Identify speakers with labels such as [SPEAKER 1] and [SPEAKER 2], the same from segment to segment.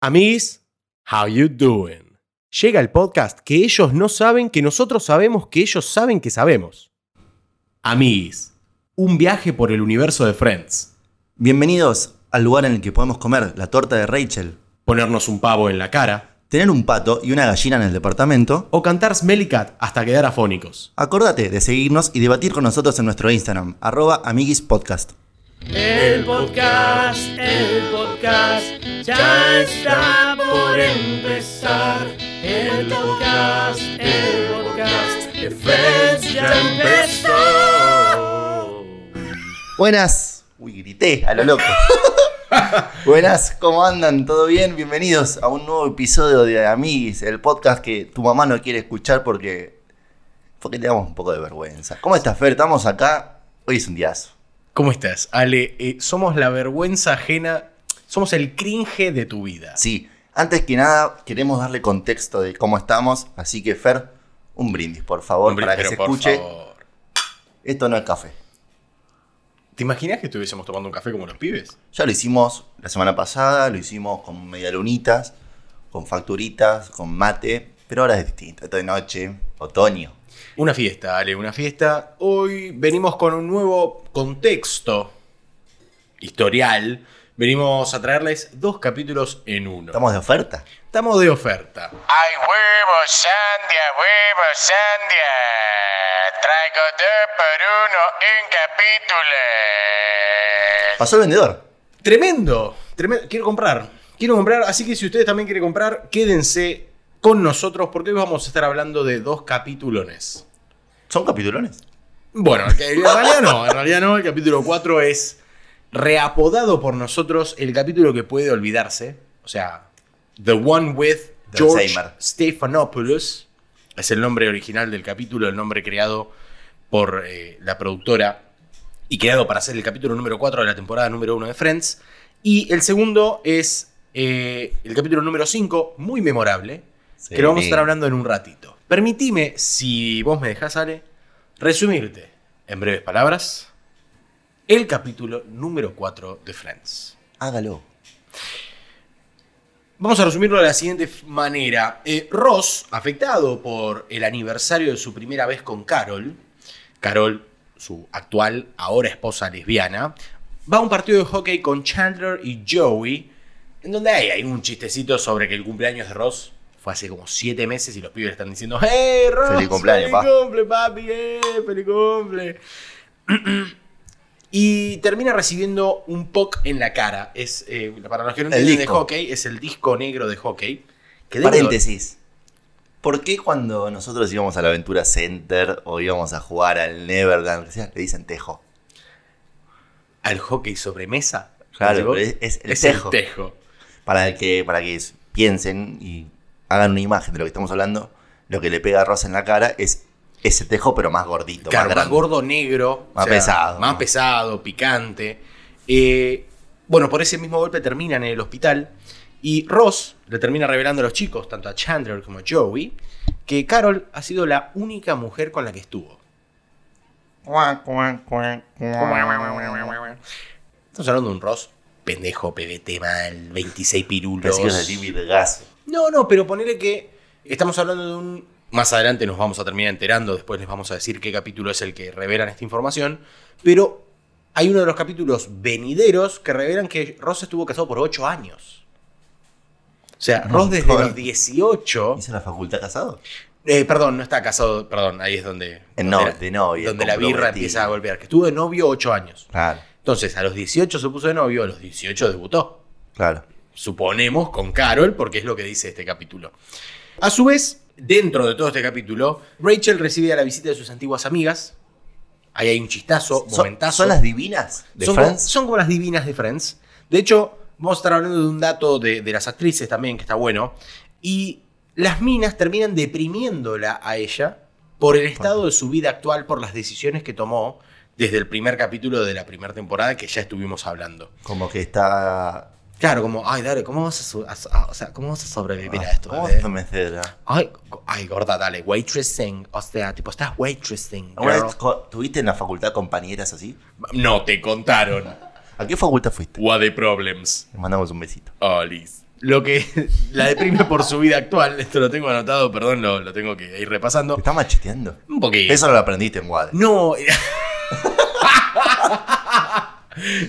[SPEAKER 1] Amiguis, how you doing? Llega el podcast que ellos no saben que nosotros sabemos que ellos saben que sabemos. Amiguis, un viaje por el universo de Friends.
[SPEAKER 2] Bienvenidos al lugar en el que podemos comer la torta de Rachel,
[SPEAKER 1] Ponernos un pavo en la cara
[SPEAKER 2] tener un pato y una gallina en el departamento.
[SPEAKER 1] o cantar Smelly Cat hasta quedar afónicos.
[SPEAKER 2] Acordate de seguirnos y debatir con nosotros en nuestro Instagram, arroba amiguispodcast.
[SPEAKER 3] El podcast, el podcast, ya está por empezar. El podcast, el podcast, el Friends ya empezó.
[SPEAKER 2] Buenas. Uy, grité a lo loco. Buenas, ¿cómo andan? ¿Todo bien? Bienvenidos a un nuevo episodio de Amiguis, el podcast que tu mamá no quiere escuchar porque, porque le damos un poco de vergüenza. ¿Cómo estás, Fer? Estamos acá. Hoy es un diazo.
[SPEAKER 1] ¿Cómo estás, Ale? Eh, somos la vergüenza ajena, somos el cringe de tu vida.
[SPEAKER 2] Sí, antes que nada queremos darle contexto de cómo estamos, así que Fer, un brindis, por favor,
[SPEAKER 1] Hombre,
[SPEAKER 2] para que
[SPEAKER 1] pero
[SPEAKER 2] se
[SPEAKER 1] por
[SPEAKER 2] escuche.
[SPEAKER 1] favor.
[SPEAKER 2] Esto no es café.
[SPEAKER 1] ¿Te imaginas que estuviésemos tomando un café como los pibes?
[SPEAKER 2] Ya lo hicimos la semana pasada, lo hicimos con medialunitas, con facturitas, con mate, pero ahora es distinto. Esto es noche, otoño.
[SPEAKER 1] Una fiesta, Ale, una fiesta. Hoy venimos con un nuevo contexto historial. Venimos a traerles dos capítulos en uno.
[SPEAKER 2] Estamos de oferta.
[SPEAKER 1] Estamos de oferta.
[SPEAKER 4] Ay, huevo, sandia, huevo, sandia. Traigo dos por uno en capítulo.
[SPEAKER 2] Pasó el vendedor.
[SPEAKER 1] Tremendo, tremendo. Quiero comprar. Quiero comprar, así que si ustedes también quieren comprar, quédense con nosotros porque hoy vamos a estar hablando de dos capítulos.
[SPEAKER 2] ¿Son capitulones?
[SPEAKER 1] Bueno, que en realidad no, en realidad no, el capítulo 4 es reapodado por nosotros el capítulo que puede olvidarse, o sea, The One with
[SPEAKER 2] De
[SPEAKER 1] George
[SPEAKER 2] Alzheimer.
[SPEAKER 1] Stephanopoulos, es el nombre original del capítulo, el nombre creado por eh, la productora y creado para ser el capítulo número 4 de la temporada número 1 de Friends, y el segundo es eh, el capítulo número 5, muy memorable,
[SPEAKER 2] Sí.
[SPEAKER 1] que lo vamos a estar hablando en un ratito. Permitime, si vos me dejás, Ale, resumirte, en breves palabras, el capítulo número 4 de Friends.
[SPEAKER 2] Hágalo.
[SPEAKER 1] Vamos a resumirlo de la siguiente f- manera. Eh, Ross, afectado por el aniversario de su primera vez con Carol, Carol, su actual, ahora esposa lesbiana, va a un partido de hockey con Chandler y Joey, en donde hay, hay un chistecito sobre que el cumpleaños de Ross fue hace como siete meses y los pibes le están diciendo, ¡Hey, Ross!
[SPEAKER 2] Feliz cumpleaños,
[SPEAKER 1] ¡Feliz
[SPEAKER 2] pa".
[SPEAKER 1] cumple, papi! ¡Eh, ¡Feliz cumple! Y termina recibiendo un POC en la cara. Es, eh, para los que no
[SPEAKER 2] El
[SPEAKER 1] entienden de
[SPEAKER 2] disco.
[SPEAKER 1] hockey, es el disco negro de hockey. Que debe-
[SPEAKER 2] Paréntesis. ¿Por qué cuando nosotros íbamos a la Aventura Center o íbamos a jugar al Neverland, lo que sea, le dicen tejo?
[SPEAKER 1] Al hockey sobre mesa.
[SPEAKER 2] Claro,
[SPEAKER 1] ¿no?
[SPEAKER 2] pero es- es el tejo. Para que, para que piensen y hagan una imagen de lo que estamos hablando, lo que le pega a Ross en la cara es ese tejo, pero más gordito,
[SPEAKER 1] Claro,
[SPEAKER 2] más
[SPEAKER 1] más,
[SPEAKER 2] grande.
[SPEAKER 1] gordo negro.
[SPEAKER 2] Más pesado.
[SPEAKER 1] Más pesado, picante. Eh, bueno, por ese mismo golpe terminan en el hospital. Y Ross le termina revelando a los chicos, tanto a Chandler como a Joey, que Carol ha sido la única mujer con la que estuvo. Estamos hablando de un Ross pendejo, PBT mal, 26
[SPEAKER 2] Pensé
[SPEAKER 1] pirulos.
[SPEAKER 2] que ibas a decir virgazo.
[SPEAKER 1] No, no, pero ponele que estamos hablando de un... Más adelante nos vamos a terminar enterando, después les vamos a decir qué capítulo es el que revelan esta información, pero hay uno de los capítulos venideros que revelan que Ross estuvo casado por 8 años. O sea,
[SPEAKER 2] Un
[SPEAKER 1] Ross desde
[SPEAKER 2] montón.
[SPEAKER 1] los 18...
[SPEAKER 2] ¿Hizo la facultad casado?
[SPEAKER 1] eh, perdón, no está casado, perdón, ahí es donde...
[SPEAKER 2] En
[SPEAKER 1] donde
[SPEAKER 2] no-
[SPEAKER 1] la-
[SPEAKER 2] de novia.
[SPEAKER 1] donde la
[SPEAKER 2] comprometido.
[SPEAKER 1] birra empieza a golpear, que estuvo de novio 8 años.
[SPEAKER 2] Claro,
[SPEAKER 1] Entonces, a los 18 se puso de novio, a los 18 debutó.
[SPEAKER 2] claro.
[SPEAKER 1] suponemos, con Carol, porque es lo que dice este capítulo. A su vez, dentro de todo este capítulo, Rachel recibe a la visita de sus antiguas amigas. Ahí hay un chistazo,
[SPEAKER 2] ¿Son- ¿Son,
[SPEAKER 1] momentazo.
[SPEAKER 2] las divinas de
[SPEAKER 1] Son como,
[SPEAKER 2] Friends?
[SPEAKER 1] son como las divinas de Friends. De hecho, vamos a estar hablando de un dato de, de las actrices también, que está bueno. Y las minas terminan deprimiéndola a ella por el estado de su vida actual, por las decisiones que tomó desde el primer capítulo de la primera temporada que ya estuvimos hablando.
[SPEAKER 2] Como que está...
[SPEAKER 1] Claro, como, ay, dale, ¿cómo vas a, so- a so- a- o sea, ¿cómo vas a sobrevivir a esto? eh.
[SPEAKER 2] ¿Cómo
[SPEAKER 1] bebé?
[SPEAKER 2] se me cedra?
[SPEAKER 1] Ay, go- ay, gorda, dale, waitressing. O sea, tipo, estás waitressing.
[SPEAKER 2] ¿Alguna
[SPEAKER 1] girl.
[SPEAKER 2] vez co- ¿Tuviste en la facultad compañeras así?
[SPEAKER 1] No te contaron.
[SPEAKER 2] ¿A qué facultad fuiste?
[SPEAKER 1] What the problems.
[SPEAKER 2] Les mandamos un besito.
[SPEAKER 1] Olis. Lo que la deprime por su vida actual, esto lo tengo anotado, perdón, lo, lo tengo que ir
[SPEAKER 2] Te
[SPEAKER 1] repasando.
[SPEAKER 2] está macheteando.
[SPEAKER 1] Un poquito.
[SPEAKER 2] Eso lo aprendiste en Wade.
[SPEAKER 1] No.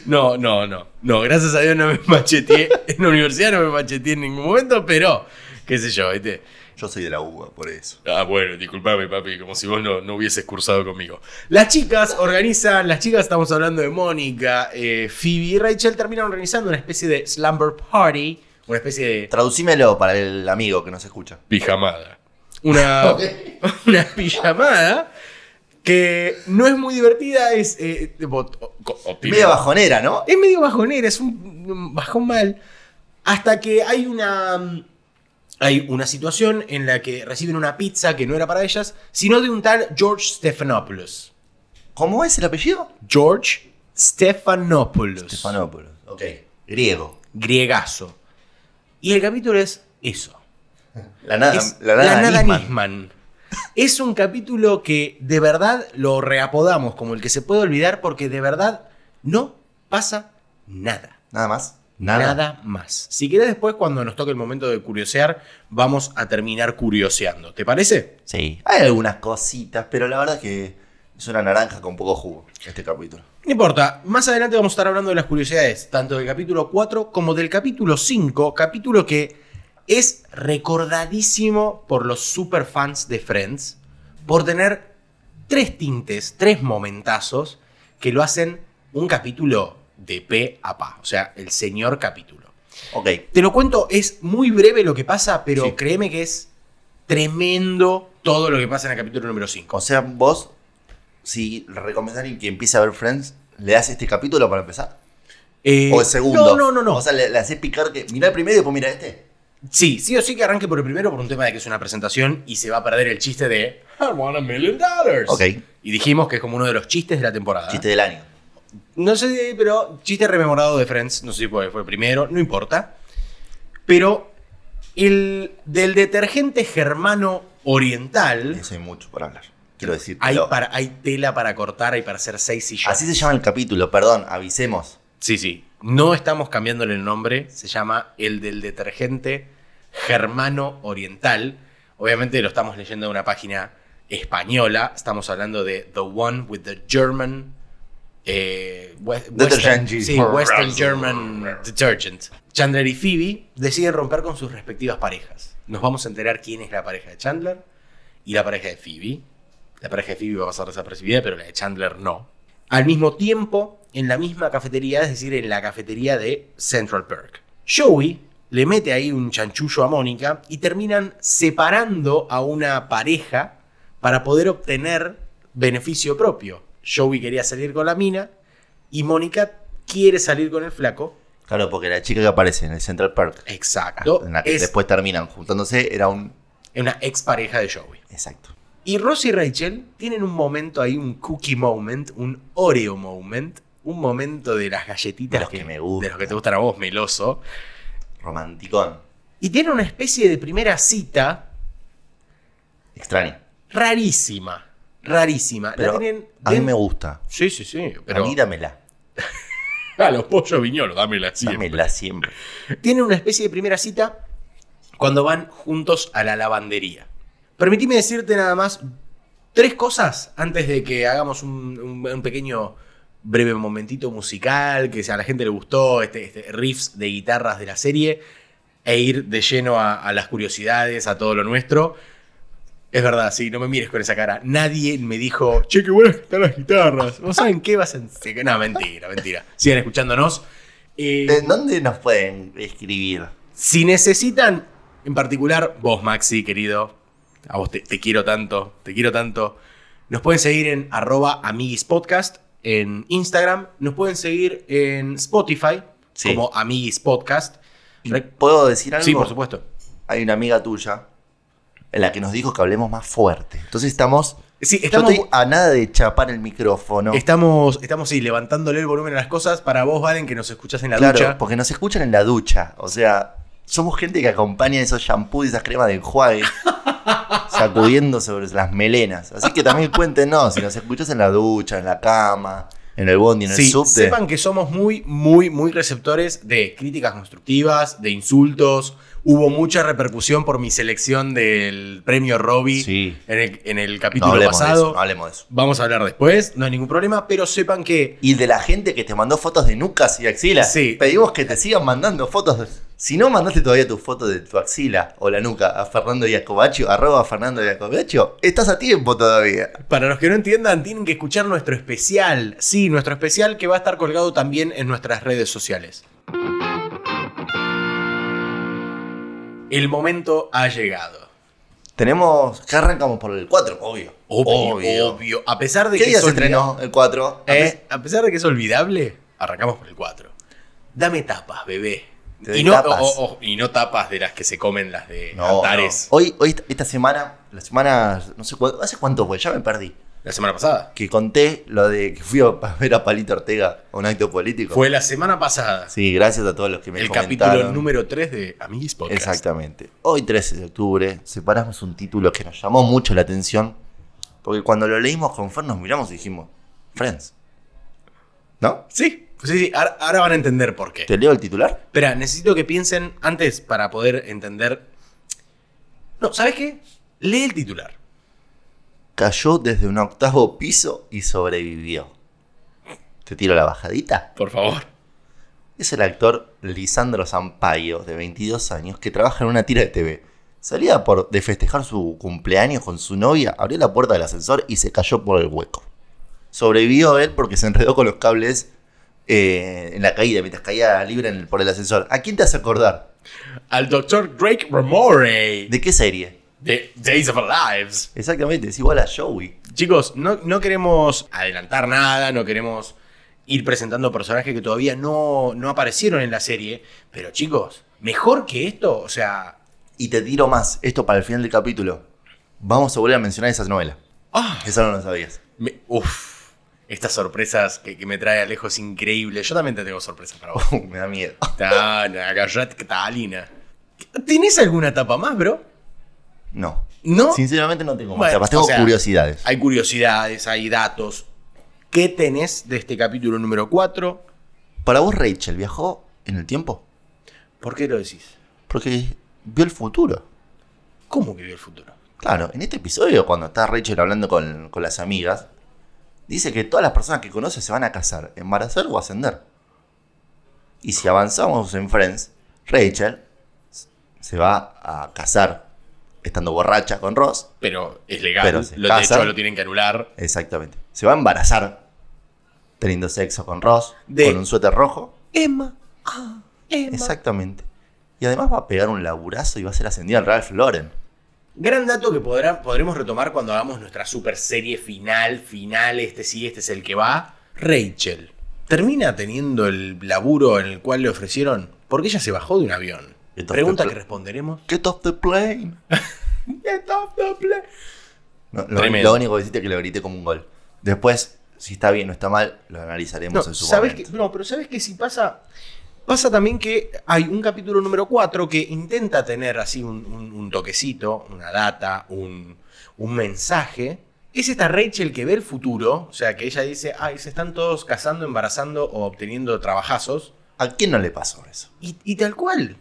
[SPEAKER 1] No, no, no. No, gracias a Dios no me macheteé. En la universidad no me macheteé en ningún momento, pero qué sé yo, ¿viste?
[SPEAKER 2] Yo soy de la UBA, por eso.
[SPEAKER 1] Ah, bueno, disculpame, papi, como si vos no, no hubieses cursado conmigo. Las chicas organizan, las chicas, estamos hablando de Mónica, eh, Phoebe y Rachel, terminan organizando una especie de slumber party, una especie de
[SPEAKER 2] Traducímelo para el amigo que nos escucha.
[SPEAKER 1] pijamada. Una, una pijamada que no es muy divertida, es. eh, tipo, o- o- opino-
[SPEAKER 2] Media bajonera, ¿no?
[SPEAKER 1] es medio bajonera, es un un bajón mal. Hasta que hay una. mm, Hay una situación en la que reciben una pizza que no era para ellas, sino de un tal George Stephanopoulos.
[SPEAKER 2] ¿Cómo es el apellido?
[SPEAKER 1] George Stephanopoulos.
[SPEAKER 2] Stefanopoulos. Ok. Griego.
[SPEAKER 1] Griegazo. Y el capítulo es eso.
[SPEAKER 2] La nada,
[SPEAKER 1] Es
[SPEAKER 2] la nada, Nisman.
[SPEAKER 1] Nisman. Es un capítulo que de verdad lo reapodamos como el que se puede olvidar porque de verdad no pasa nada.
[SPEAKER 2] Nada más.
[SPEAKER 1] Nada. más. Si querés, después, cuando nos toque el momento de curiosear, vamos a terminar curioseando. ¿Te parece?
[SPEAKER 2] Sí. Hay algunas cositas, pero la verdad es que es una naranja con poco jugo este capítulo.
[SPEAKER 1] No importa. Más adelante vamos a estar hablando de las curiosidades, tanto del capítulo 4 como del capítulo 5, capítulo que es recordadísimo por los superfans de Friends por tener tres tintes, tres momentazos que lo hacen un capítulo de pe a pa. O sea, el señor capítulo.
[SPEAKER 2] Ok.
[SPEAKER 1] Te lo cuento, es muy breve lo que pasa, pero
[SPEAKER 2] Sí.
[SPEAKER 1] créeme que es tremendo todo lo que pasa en el capítulo número 5.
[SPEAKER 2] O sea, vos, si recomendás a alguien que empiece a ver Friends, ¿le das este capítulo para empezar? ¿O el segundo?
[SPEAKER 1] Eh, No, no, no. no.
[SPEAKER 2] O sea, le, le haces picar que. Mirá el primero y después mira este.
[SPEAKER 1] sí, sí o sí que arranque por el primero por un tema de que es una presentación y se va a perder el chiste de I want a million dollars.
[SPEAKER 2] Ok.
[SPEAKER 1] Y dijimos que es como uno de los chistes de la temporada.
[SPEAKER 2] Chiste del año.
[SPEAKER 1] No sé, pero chiste rememorado de Friends, no sé si fue, fue primero, no importa. Pero el del detergente germano oriental,
[SPEAKER 2] Eso hay mucho para hablar. Quiero decir.
[SPEAKER 1] hay,
[SPEAKER 2] pero-
[SPEAKER 1] para, hay tela para cortar, hay para hacer seis sillones.
[SPEAKER 2] Así se llama el capítulo, perdón, avisemos.
[SPEAKER 1] Sí, sí. No estamos cambiándole el nombre. Se llama el del detergente germano oriental. Obviamente lo estamos leyendo de una página española. Estamos hablando de The One with the German. eh, we- Western,
[SPEAKER 2] Detergente.
[SPEAKER 1] sí, Western German Detergent. Chandler y Phoebe deciden romper con sus respectivas parejas. Nos vamos a enterar quién es la pareja de Chandler y la pareja de Phoebe. La pareja de Phoebe va a pasar desapercibida, pero la de Chandler no. Al mismo tiempo, en la misma cafetería, es decir, en la cafetería de Central Park. Joey le mete ahí un chanchullo a Mónica y terminan separando a una pareja para poder obtener beneficio propio. Joey quería salir con la mina y Mónica quiere salir con el flaco.
[SPEAKER 2] Claro, porque la chica que aparece en el Central Park, ah,
[SPEAKER 1] Exacto.
[SPEAKER 2] en la que
[SPEAKER 1] Es
[SPEAKER 2] después terminan juntándose, era un.
[SPEAKER 1] una expareja de Joey.
[SPEAKER 2] Exacto.
[SPEAKER 1] Y Ross y Rachel tienen un momento ahí, un cookie moment, un Oreo moment, un momento de las galletitas
[SPEAKER 2] De los que me gustan.
[SPEAKER 1] de los que te gustan a vos, meloso.
[SPEAKER 2] Romanticón.
[SPEAKER 1] Y tienen una especie de primera cita
[SPEAKER 2] Extraño.
[SPEAKER 1] rarísima, rarísima.
[SPEAKER 2] Pero
[SPEAKER 1] la tienen
[SPEAKER 2] a mí
[SPEAKER 1] den-
[SPEAKER 2] me gusta.
[SPEAKER 1] Sí, sí, sí,
[SPEAKER 2] A
[SPEAKER 1] pero
[SPEAKER 2] mí dámela.
[SPEAKER 1] a los pollos viñolos, dámela
[SPEAKER 2] Dámela siempre.
[SPEAKER 1] tienen una especie de primera cita cuando van juntos a la lavandería. Permitime decirte nada más tres cosas antes de que hagamos un, un- un pequeño breve momentito musical, que a la gente le gustó, este, este riffs de guitarras de la serie, e ir de lleno a, a las curiosidades, a todo lo nuestro. Es verdad, sí, no me mires con esa cara. Nadie me dijo, che, qué buenas que están las guitarras. ¿Vos saben qué vas a...? No, mentira, mentira. Sigan escuchándonos. Eh,
[SPEAKER 2] ¿De dónde nos pueden escribir?
[SPEAKER 1] si necesitan, en particular, vos, Maxi, querido, a vos te, te quiero tanto, te quiero tanto. Nos pueden seguir en arroba amiguispodcast en Instagram. Nos pueden seguir en Spotify
[SPEAKER 2] Sí.
[SPEAKER 1] como amiguispodcast.
[SPEAKER 2] ¿Y
[SPEAKER 1] Re-
[SPEAKER 2] ¿Puedo decir algo?
[SPEAKER 1] Sí, por supuesto.
[SPEAKER 2] Hay una amiga tuya en la que nos dijo que hablemos más fuerte. Entonces estamos.
[SPEAKER 1] Sí,
[SPEAKER 2] yo
[SPEAKER 1] estamos,
[SPEAKER 2] estoy a nada de chapar el micrófono.
[SPEAKER 1] estamos, estamos sí, levantándole el volumen a las cosas para vos, Valen, que nos escuchás en la
[SPEAKER 2] claro,
[SPEAKER 1] ducha.
[SPEAKER 2] porque nos escuchan en la ducha. O sea, somos gente que acompaña esos shampoos y esas cremas de enjuague, sacudiendo sobre las melenas. Así que también cuéntenos si nos escuchas en la ducha, en la cama, en el bondi, en el
[SPEAKER 1] Sí,
[SPEAKER 2] subte.
[SPEAKER 1] sepan que somos muy, muy, muy receptores de críticas constructivas, de insultos. Hubo mucha repercusión por mi selección del premio Robbie
[SPEAKER 2] Sí.
[SPEAKER 1] en, el, en el
[SPEAKER 2] no
[SPEAKER 1] capítulo
[SPEAKER 2] hablemos de
[SPEAKER 1] pasado.
[SPEAKER 2] eso, no hablemos de eso.
[SPEAKER 1] Vamos a hablar después, no hay ningún problema, pero sepan que
[SPEAKER 2] Y de la gente que te mandó fotos de nucas y axilas.
[SPEAKER 1] Sí.
[SPEAKER 2] Pedimos que te sigan mandando fotos. de- Si no mandaste todavía tu foto de tu axila o la nuca a Fernando Iacobacho, arroba Fernando Iacobacho, estás a tiempo todavía.
[SPEAKER 1] para los que no entiendan, tienen que escuchar nuestro especial. Sí, nuestro especial que va a estar colgado también en nuestras redes sociales. El momento ha llegado.
[SPEAKER 2] Tenemos. Ya arrancamos por el 4, obvio.
[SPEAKER 1] Obvio, obvio. A pesar de
[SPEAKER 2] ¿Qué
[SPEAKER 1] que
[SPEAKER 2] día
[SPEAKER 1] es
[SPEAKER 2] se
[SPEAKER 1] olvida-
[SPEAKER 2] estrenó el 4?
[SPEAKER 1] A pe- A pesar de que es olvidable, arrancamos por el 4. Dame tapas, bebé.
[SPEAKER 2] Te doy
[SPEAKER 1] Y no,
[SPEAKER 2] tapas.
[SPEAKER 1] o- o- y no tapas de las que se comen las de
[SPEAKER 2] No,
[SPEAKER 1] Antares
[SPEAKER 2] no. Hoy, hoy, esta- esta semana, la semana, no sé cuánto, hace cuánto fue, ya me perdí.
[SPEAKER 1] la semana pasada.
[SPEAKER 2] Que conté lo de que fui a ver a Palito Ortega a un acto político.
[SPEAKER 1] Fue la semana pasada.
[SPEAKER 2] Sí, gracias a todos los que me
[SPEAKER 1] el
[SPEAKER 2] comentaron.
[SPEAKER 1] capítulo número 3 de Amiguis Podcast.
[SPEAKER 2] Exactamente. Hoy, 13 de octubre, separamos un título que nos llamó mucho la atención. Porque cuando lo leímos con Fer, nos miramos y dijimos, Friends. ¿No?
[SPEAKER 1] Sí, pues sí, sí. Ahora, ahora van a entender por qué.
[SPEAKER 2] ¿Te leo el titular?
[SPEAKER 1] Espera, necesito que piensen antes para poder entender. No, ¿sabes qué? Lee el titular.
[SPEAKER 2] Cayó desde un octavo piso y sobrevivió. ¿Te tiro la bajadita?
[SPEAKER 1] Por favor.
[SPEAKER 2] Es el actor Lisandro Sampaio, de 22 años, que trabaja en una tira de TV. Salía por, de festejar su cumpleaños con su novia, abrió la puerta del ascensor y se cayó por el hueco. Sobrevivió él porque se enredó con los cables eh, en la caída, mientras caía libre en el- por el ascensor. ¿A quién te hace acordar?
[SPEAKER 1] Al doctor Drake Ramore
[SPEAKER 2] ¿De qué serie?
[SPEAKER 1] de Days of Our Lives.
[SPEAKER 2] Exactamente, es igual a Joey.
[SPEAKER 1] Chicos, no, no queremos adelantar nada, no queremos ir presentando personajes que todavía no, no aparecieron en la serie, pero chicos, mejor que esto, o sea...
[SPEAKER 2] Y te tiro más, esto para el final del capítulo. Vamos a volver a mencionar esa novela.
[SPEAKER 1] ah,
[SPEAKER 2] Esa no lo sabías.
[SPEAKER 1] me- uf, estas sorpresas que, que me trae Alejo es increíble. Yo también te tengo sorpresas para vos.
[SPEAKER 2] Oh, Me da miedo.
[SPEAKER 1] Tana, callate, Catalina. ¿Tenés alguna tapa más, bro?
[SPEAKER 2] No.
[SPEAKER 1] ¿No?
[SPEAKER 2] Sinceramente no tengo más
[SPEAKER 1] Bueno,
[SPEAKER 2] tapas, tengo
[SPEAKER 1] o sea,
[SPEAKER 2] curiosidades.
[SPEAKER 1] Hay curiosidades, hay datos. ¿Qué tenés de este capítulo número 4?
[SPEAKER 2] Para vos, Rachel, ¿viajó en el tiempo?
[SPEAKER 1] ¿Por qué lo decís?
[SPEAKER 2] Porque vio el futuro.
[SPEAKER 1] ¿Cómo que vio el futuro?
[SPEAKER 2] Claro, en este episodio, cuando está Rachel hablando con, con las amigas, dice que todas las personas que conoce se van a casar, embarazar o ascender. Y si avanzamos en Friends, Rachel se va a casar estando borracha con Ross.
[SPEAKER 1] Pero es legal.
[SPEAKER 2] Pero se
[SPEAKER 1] lo, de
[SPEAKER 2] casan.
[SPEAKER 1] hecho, lo tienen que anular.
[SPEAKER 2] Exactamente. Se va a embarazar teniendo sexo con Ross,
[SPEAKER 1] De-
[SPEAKER 2] con un suéter rojo.
[SPEAKER 1] Emma.
[SPEAKER 2] Exactamente. Y además va a pegar un laburazo y va a ser ascendida al Ralph Lauren.
[SPEAKER 1] Gran dato que podrá- podremos retomar cuando hagamos nuestra super serie final, final, este sí, este es el que va. Rachel. Termina teniendo el laburo en el cual le ofrecieron porque ella se bajó de un avión.
[SPEAKER 2] Entonces,
[SPEAKER 1] Pregunta
[SPEAKER 2] pero-
[SPEAKER 1] que responderemos.
[SPEAKER 2] Get off the plane. No, lo,
[SPEAKER 1] Tremendo.
[SPEAKER 2] lo único que hiciste es que lo grité como un gol. Después, si está bien o está mal, lo
[SPEAKER 1] No,
[SPEAKER 2] analizaremos en su
[SPEAKER 1] ¿sabes que,
[SPEAKER 2] momento.
[SPEAKER 1] no, pero sabes que si pasa. Pasa también que hay un capítulo número 4 que intenta tener así un, un- un toquecito, una data, un, un mensaje. Es esta Rachel que ve el futuro, o sea, que ella dice, ay, se están todos casando, embarazando o obteniendo trabajazos.
[SPEAKER 2] ¿A quién no le pasó eso?
[SPEAKER 1] Y, y tal cual.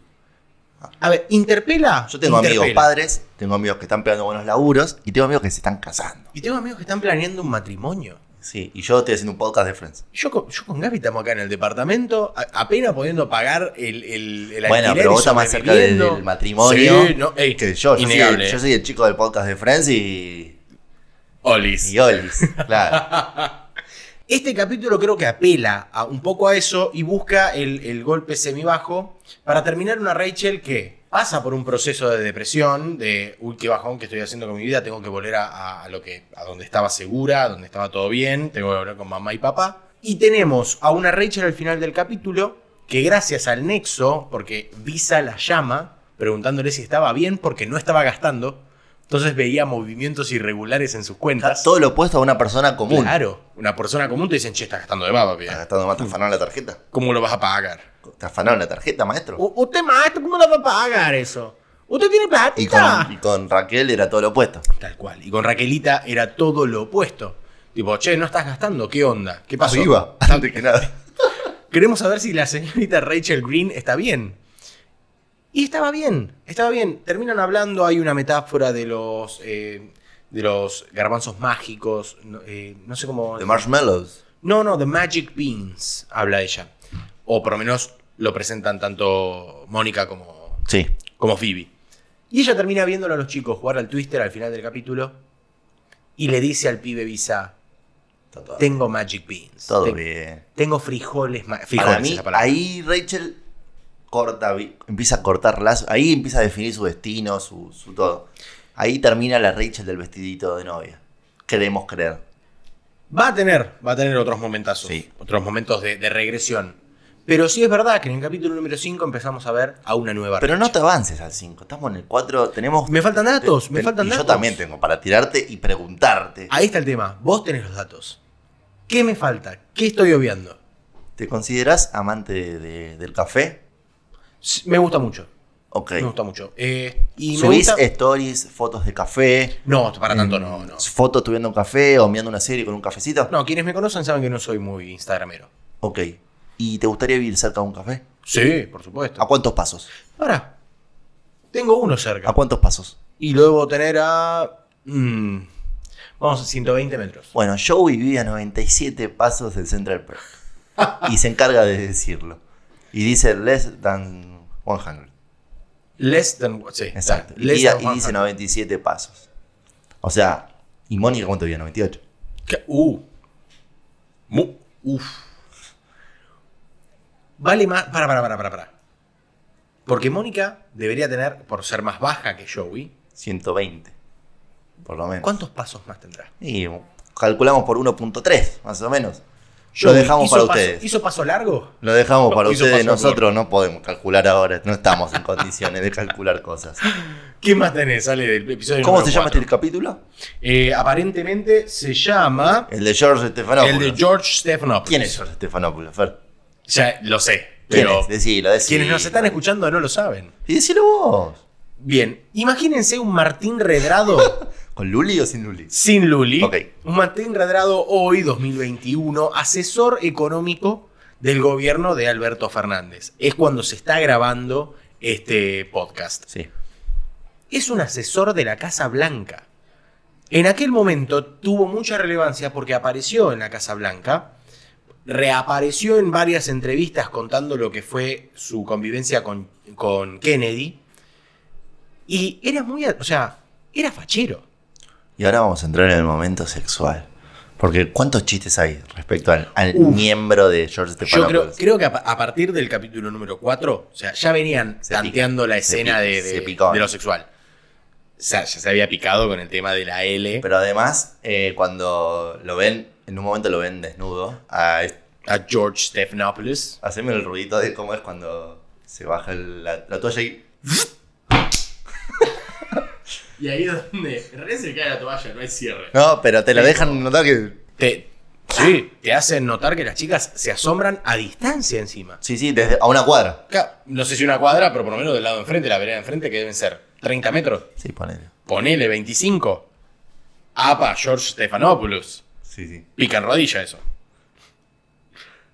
[SPEAKER 1] A ver, interpela.
[SPEAKER 2] Yo tengo amigos
[SPEAKER 1] interpela.
[SPEAKER 2] padres, tengo amigos que están pegando buenos laburos y tengo amigos que se están casando.
[SPEAKER 1] Y tengo amigos que están planeando un matrimonio.
[SPEAKER 2] Sí, y yo estoy haciendo un podcast de Friends.
[SPEAKER 1] Yo con, yo con Gaby estamos acá en el departamento, a- apenas pudiendo pagar el, el, el
[SPEAKER 2] Bueno,
[SPEAKER 1] alquiler
[SPEAKER 2] pero
[SPEAKER 1] y
[SPEAKER 2] vos estás más cerca del,
[SPEAKER 1] sobreviviendo.
[SPEAKER 2] del matrimonio
[SPEAKER 1] Sí, no, ey,
[SPEAKER 2] que yo. Yo soy, el,
[SPEAKER 1] innegable.
[SPEAKER 2] yo soy el chico del podcast de Friends y.
[SPEAKER 1] Olis.
[SPEAKER 2] y Olis. Claro.
[SPEAKER 1] Este capítulo creo que apela a, un poco a eso y busca el, el golpe semibajo para terminar una Rachel que pasa por un proceso de depresión, de uy, qué bajón que estoy haciendo con mi vida, tengo que volver a, a- a lo que, a donde estaba segura, a donde estaba todo bien, tengo que hablar con mamá y papá. Y tenemos a una Rachel al final del capítulo que gracias al nexo, porque Visa la llama preguntándole si estaba bien porque no estaba gastando, entonces veía movimientos irregulares en sus
[SPEAKER 2] Está
[SPEAKER 1] cuentas.
[SPEAKER 2] todo lo opuesto a una persona común.
[SPEAKER 1] Claro. Una persona común te dicen, che, estás gastando de baba,
[SPEAKER 2] Estás
[SPEAKER 1] pía.
[SPEAKER 2] gastando más, te afanaron la tarjeta.
[SPEAKER 1] ¿Cómo lo vas a pagar?
[SPEAKER 2] Te afanaron la tarjeta, maestro.
[SPEAKER 1] U- usted, maestro, ¿cómo lo va a pagar eso? ¿Usted tiene
[SPEAKER 2] Y con,
[SPEAKER 1] platita?
[SPEAKER 2] y con Raquel era todo lo opuesto.
[SPEAKER 1] Tal cual. Y con Raquelita era todo lo opuesto. Tipo, che, no estás gastando, ¿qué onda? ¿Qué
[SPEAKER 2] Más
[SPEAKER 1] pasó?
[SPEAKER 2] Ah, viva, antes que nada.
[SPEAKER 1] Queremos saber si la señorita Rachel Green está bien. Y estaba bien, estaba bien. Terminan hablando, hay una metáfora de los, eh, de los garbanzos mágicos, no, eh, no sé cómo...
[SPEAKER 2] The Marshmallows.
[SPEAKER 1] No, no, The Magic Beans, habla ella. O por lo menos lo presentan tanto Mónica como,
[SPEAKER 2] Sí.
[SPEAKER 1] como Phoebe. Y ella termina viéndolo a los chicos jugar al Twister al final del capítulo y le dice al pibe Visa,
[SPEAKER 2] Está todo,
[SPEAKER 1] tengo Magic Beans.
[SPEAKER 2] todo
[SPEAKER 1] Ten-
[SPEAKER 2] bien.
[SPEAKER 1] Tengo frijoles, ma- frijoles
[SPEAKER 2] Para mí,
[SPEAKER 1] esa palabra.
[SPEAKER 2] ahí Rachel corta, vi- empieza a cortar lazos. Ahí empieza a definir su destino, su, su todo. Ahí termina la Rachel del vestidito de novia. Queremos creer.
[SPEAKER 1] Va a tener, va a tener otros momentazos,
[SPEAKER 2] Sí.
[SPEAKER 1] otros momentos de, de regresión. Pero sí es verdad que en el capítulo número 5 empezamos a ver a una nueva
[SPEAKER 2] Pero
[SPEAKER 1] Rachel.
[SPEAKER 2] no te avances al 5. Estamos en el 4. Tenemos.
[SPEAKER 1] Me faltan datos, me
[SPEAKER 2] Ten-
[SPEAKER 1] faltan
[SPEAKER 2] y
[SPEAKER 1] datos.
[SPEAKER 2] Yo también tengo para tirarte y preguntarte.
[SPEAKER 1] Ahí está el tema. Vos tenés los datos. ¿Qué me falta? ¿Qué estoy obviando?
[SPEAKER 2] ¿Te considerás amante de- de- del café?
[SPEAKER 1] S- Me gusta mucho.
[SPEAKER 2] Ok.
[SPEAKER 1] Me gusta mucho. Eh, y me
[SPEAKER 2] ¿Subís
[SPEAKER 1] gusta...
[SPEAKER 2] stories, fotos de café?
[SPEAKER 1] No, para tanto
[SPEAKER 2] Mm,
[SPEAKER 1] no, no.
[SPEAKER 2] ¿Fotos tuviendo un café o mirando una serie con un cafecito?
[SPEAKER 1] No, quienes me conocen saben que no soy muy instagramero.
[SPEAKER 2] Ok. ¿Y te gustaría vivir cerca de un café?
[SPEAKER 1] Sí, por
[SPEAKER 2] ¿A
[SPEAKER 1] supuesto.
[SPEAKER 2] cuántos pasos?
[SPEAKER 1] Ahora, tengo uno
[SPEAKER 2] ¿A
[SPEAKER 1] cerca.
[SPEAKER 2] cuántos pasos?
[SPEAKER 1] Y lo debo tener a... mm, vamos a 120 metros.
[SPEAKER 2] Bueno, yo vivía a 97 pasos del Central Park. y se encarga de decirlo. Y dice less than 100.
[SPEAKER 1] Less than... Sí,
[SPEAKER 2] Exacto. Y,
[SPEAKER 1] less
[SPEAKER 2] tira-
[SPEAKER 1] than
[SPEAKER 2] y dice
[SPEAKER 1] 100.
[SPEAKER 2] 97 pasos. O sea, ¿y Mónica cuánto vivía? 98.
[SPEAKER 1] Que- Uh. Mu- Uf. Vale más. Para, para, para, para, para. Porque Mónica debería tener, por ser más baja que Joey,
[SPEAKER 2] 120. Por lo menos.
[SPEAKER 1] ¿cuántos pasos más tendrá?
[SPEAKER 2] Y calculamos por 1.3, más o menos. Lo
[SPEAKER 1] Joey,
[SPEAKER 2] dejamos
[SPEAKER 1] ¿hizo
[SPEAKER 2] para
[SPEAKER 1] paso-
[SPEAKER 2] ustedes.
[SPEAKER 1] ¿Hizo paso largo?
[SPEAKER 2] Lo dejamos para
[SPEAKER 1] Hizo
[SPEAKER 2] ustedes.
[SPEAKER 1] paso
[SPEAKER 2] Nosotros no podemos calcular ahora. No estamos en condiciones de calcular cosas.
[SPEAKER 1] ¿Qué más tenés? Sale del episodio
[SPEAKER 2] ¿Cómo
[SPEAKER 1] número
[SPEAKER 2] se llama
[SPEAKER 1] cuatro.
[SPEAKER 2] este capítulo?
[SPEAKER 1] Eh, aparentemente se llama
[SPEAKER 2] El de George Stefanopoulos.
[SPEAKER 1] el de George Stephanopoulos.
[SPEAKER 2] ¿Quién es George Stefanopoulos, Fer?
[SPEAKER 1] Ya lo sé,
[SPEAKER 2] ¿Quién
[SPEAKER 1] pero
[SPEAKER 2] es? Decilo, decilo.
[SPEAKER 1] quienes nos están escuchando no lo saben.
[SPEAKER 2] Y decilo vos.
[SPEAKER 1] Bien, imagínense un Martín Redrado
[SPEAKER 2] ¿Con Luli o sin Luli?
[SPEAKER 1] Sin Luli.
[SPEAKER 2] Ok.
[SPEAKER 1] Un Martín Redrado hoy, 2021, asesor económico del gobierno de Alberto Fernández. Es cuando se está grabando este podcast.
[SPEAKER 2] Sí.
[SPEAKER 1] Es un asesor de la Casa Blanca. En aquel momento tuvo mucha relevancia porque apareció en la Casa Blanca, reapareció en varias entrevistas contando lo que fue su convivencia con, con Kennedy. Y era muy, o sea, era fachero.
[SPEAKER 2] Y ahora vamos a entrar en el momento sexual. Porque ¿cuántos chistes hay respecto al, al
[SPEAKER 1] Uf.
[SPEAKER 2] miembro de George
[SPEAKER 1] Yo creo,
[SPEAKER 2] Stefanopoulos?
[SPEAKER 1] creo que a, pa- a partir del capítulo número 4, o sea, ya venían
[SPEAKER 2] Se
[SPEAKER 1] tanteando la
[SPEAKER 2] se
[SPEAKER 1] escena
[SPEAKER 2] pi-
[SPEAKER 1] de, de-
[SPEAKER 2] se picó.
[SPEAKER 1] de lo sexual. O sea, ya se había picado con el tema de la L.
[SPEAKER 2] Pero además, eh, cuando lo ven, en un momento lo ven desnudo. a- este
[SPEAKER 1] a George Stephanopoulos.
[SPEAKER 2] Haceme el ruidito de cómo es cuando se baja el- la, la toalla y...
[SPEAKER 1] Y ahí es donde re se cae la toalla, no hay cierre.
[SPEAKER 2] No, pero te lo dejan notar que...
[SPEAKER 1] Te, sí, te hacen notar que las chicas se asombran a distancia encima.
[SPEAKER 2] Sí, sí, desde, a una cuadra.
[SPEAKER 1] Acá, no sé si una cuadra, pero por lo menos del lado de enfrente, la vereda de enfrente, que deben ser 30 metros.
[SPEAKER 2] Sí, ponele.
[SPEAKER 1] Ponele 25. Apa, George Stephanopoulos.
[SPEAKER 2] Sí, sí.
[SPEAKER 1] Pica en rodilla eso.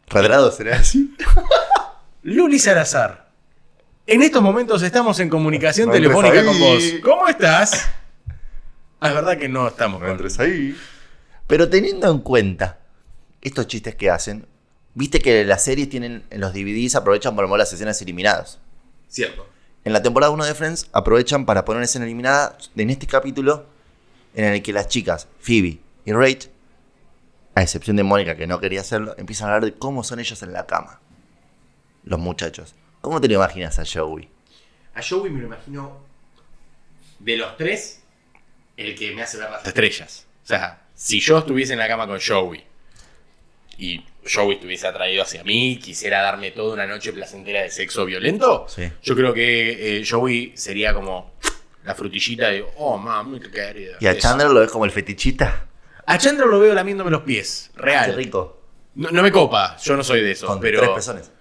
[SPEAKER 2] Redrado será así.
[SPEAKER 1] Luli Salazar. En estos momentos estamos en comunicación
[SPEAKER 2] No
[SPEAKER 1] telefónica
[SPEAKER 2] entres
[SPEAKER 1] con vos.
[SPEAKER 2] ahí.
[SPEAKER 1] ¿Cómo estás? Ah, es verdad que no estamos con-
[SPEAKER 2] ahí. Pero teniendo en cuenta estos chistes que hacen, viste que las series tienen, en los DVDs aprovechan para poner las escenas eliminadas.
[SPEAKER 1] Cierto.
[SPEAKER 2] En la temporada 1 de Friends aprovechan para poner una escena eliminada en este capítulo en el que las chicas, Phoebe y Rach, a excepción de Mónica que no quería hacerlo, empiezan a hablar de cómo son ellos en la cama. Los muchachos. ¿Cómo te lo imaginas a Joey?
[SPEAKER 1] A Joey me lo imagino de los tres, el que me hace ver las estrellas. O sea, si yo estuviese en la cama con Joey y Joey estuviese atraído hacia mí, quisiera darme toda una noche placentera de sexo violento,
[SPEAKER 2] Sí.
[SPEAKER 1] yo creo que eh, Joey sería como la frutillita de, oh, mami, qué querida.
[SPEAKER 2] ¿Y a
[SPEAKER 1] Eso.
[SPEAKER 2] Chandler lo ves como el fetichita?
[SPEAKER 1] A Chandler lo veo lamiéndome los pies,
[SPEAKER 2] Ah, Qué
[SPEAKER 1] real.
[SPEAKER 2] rico.
[SPEAKER 1] No, no me copa, yo no soy de eso,
[SPEAKER 2] Con
[SPEAKER 1] pero
[SPEAKER 2] tres pezones.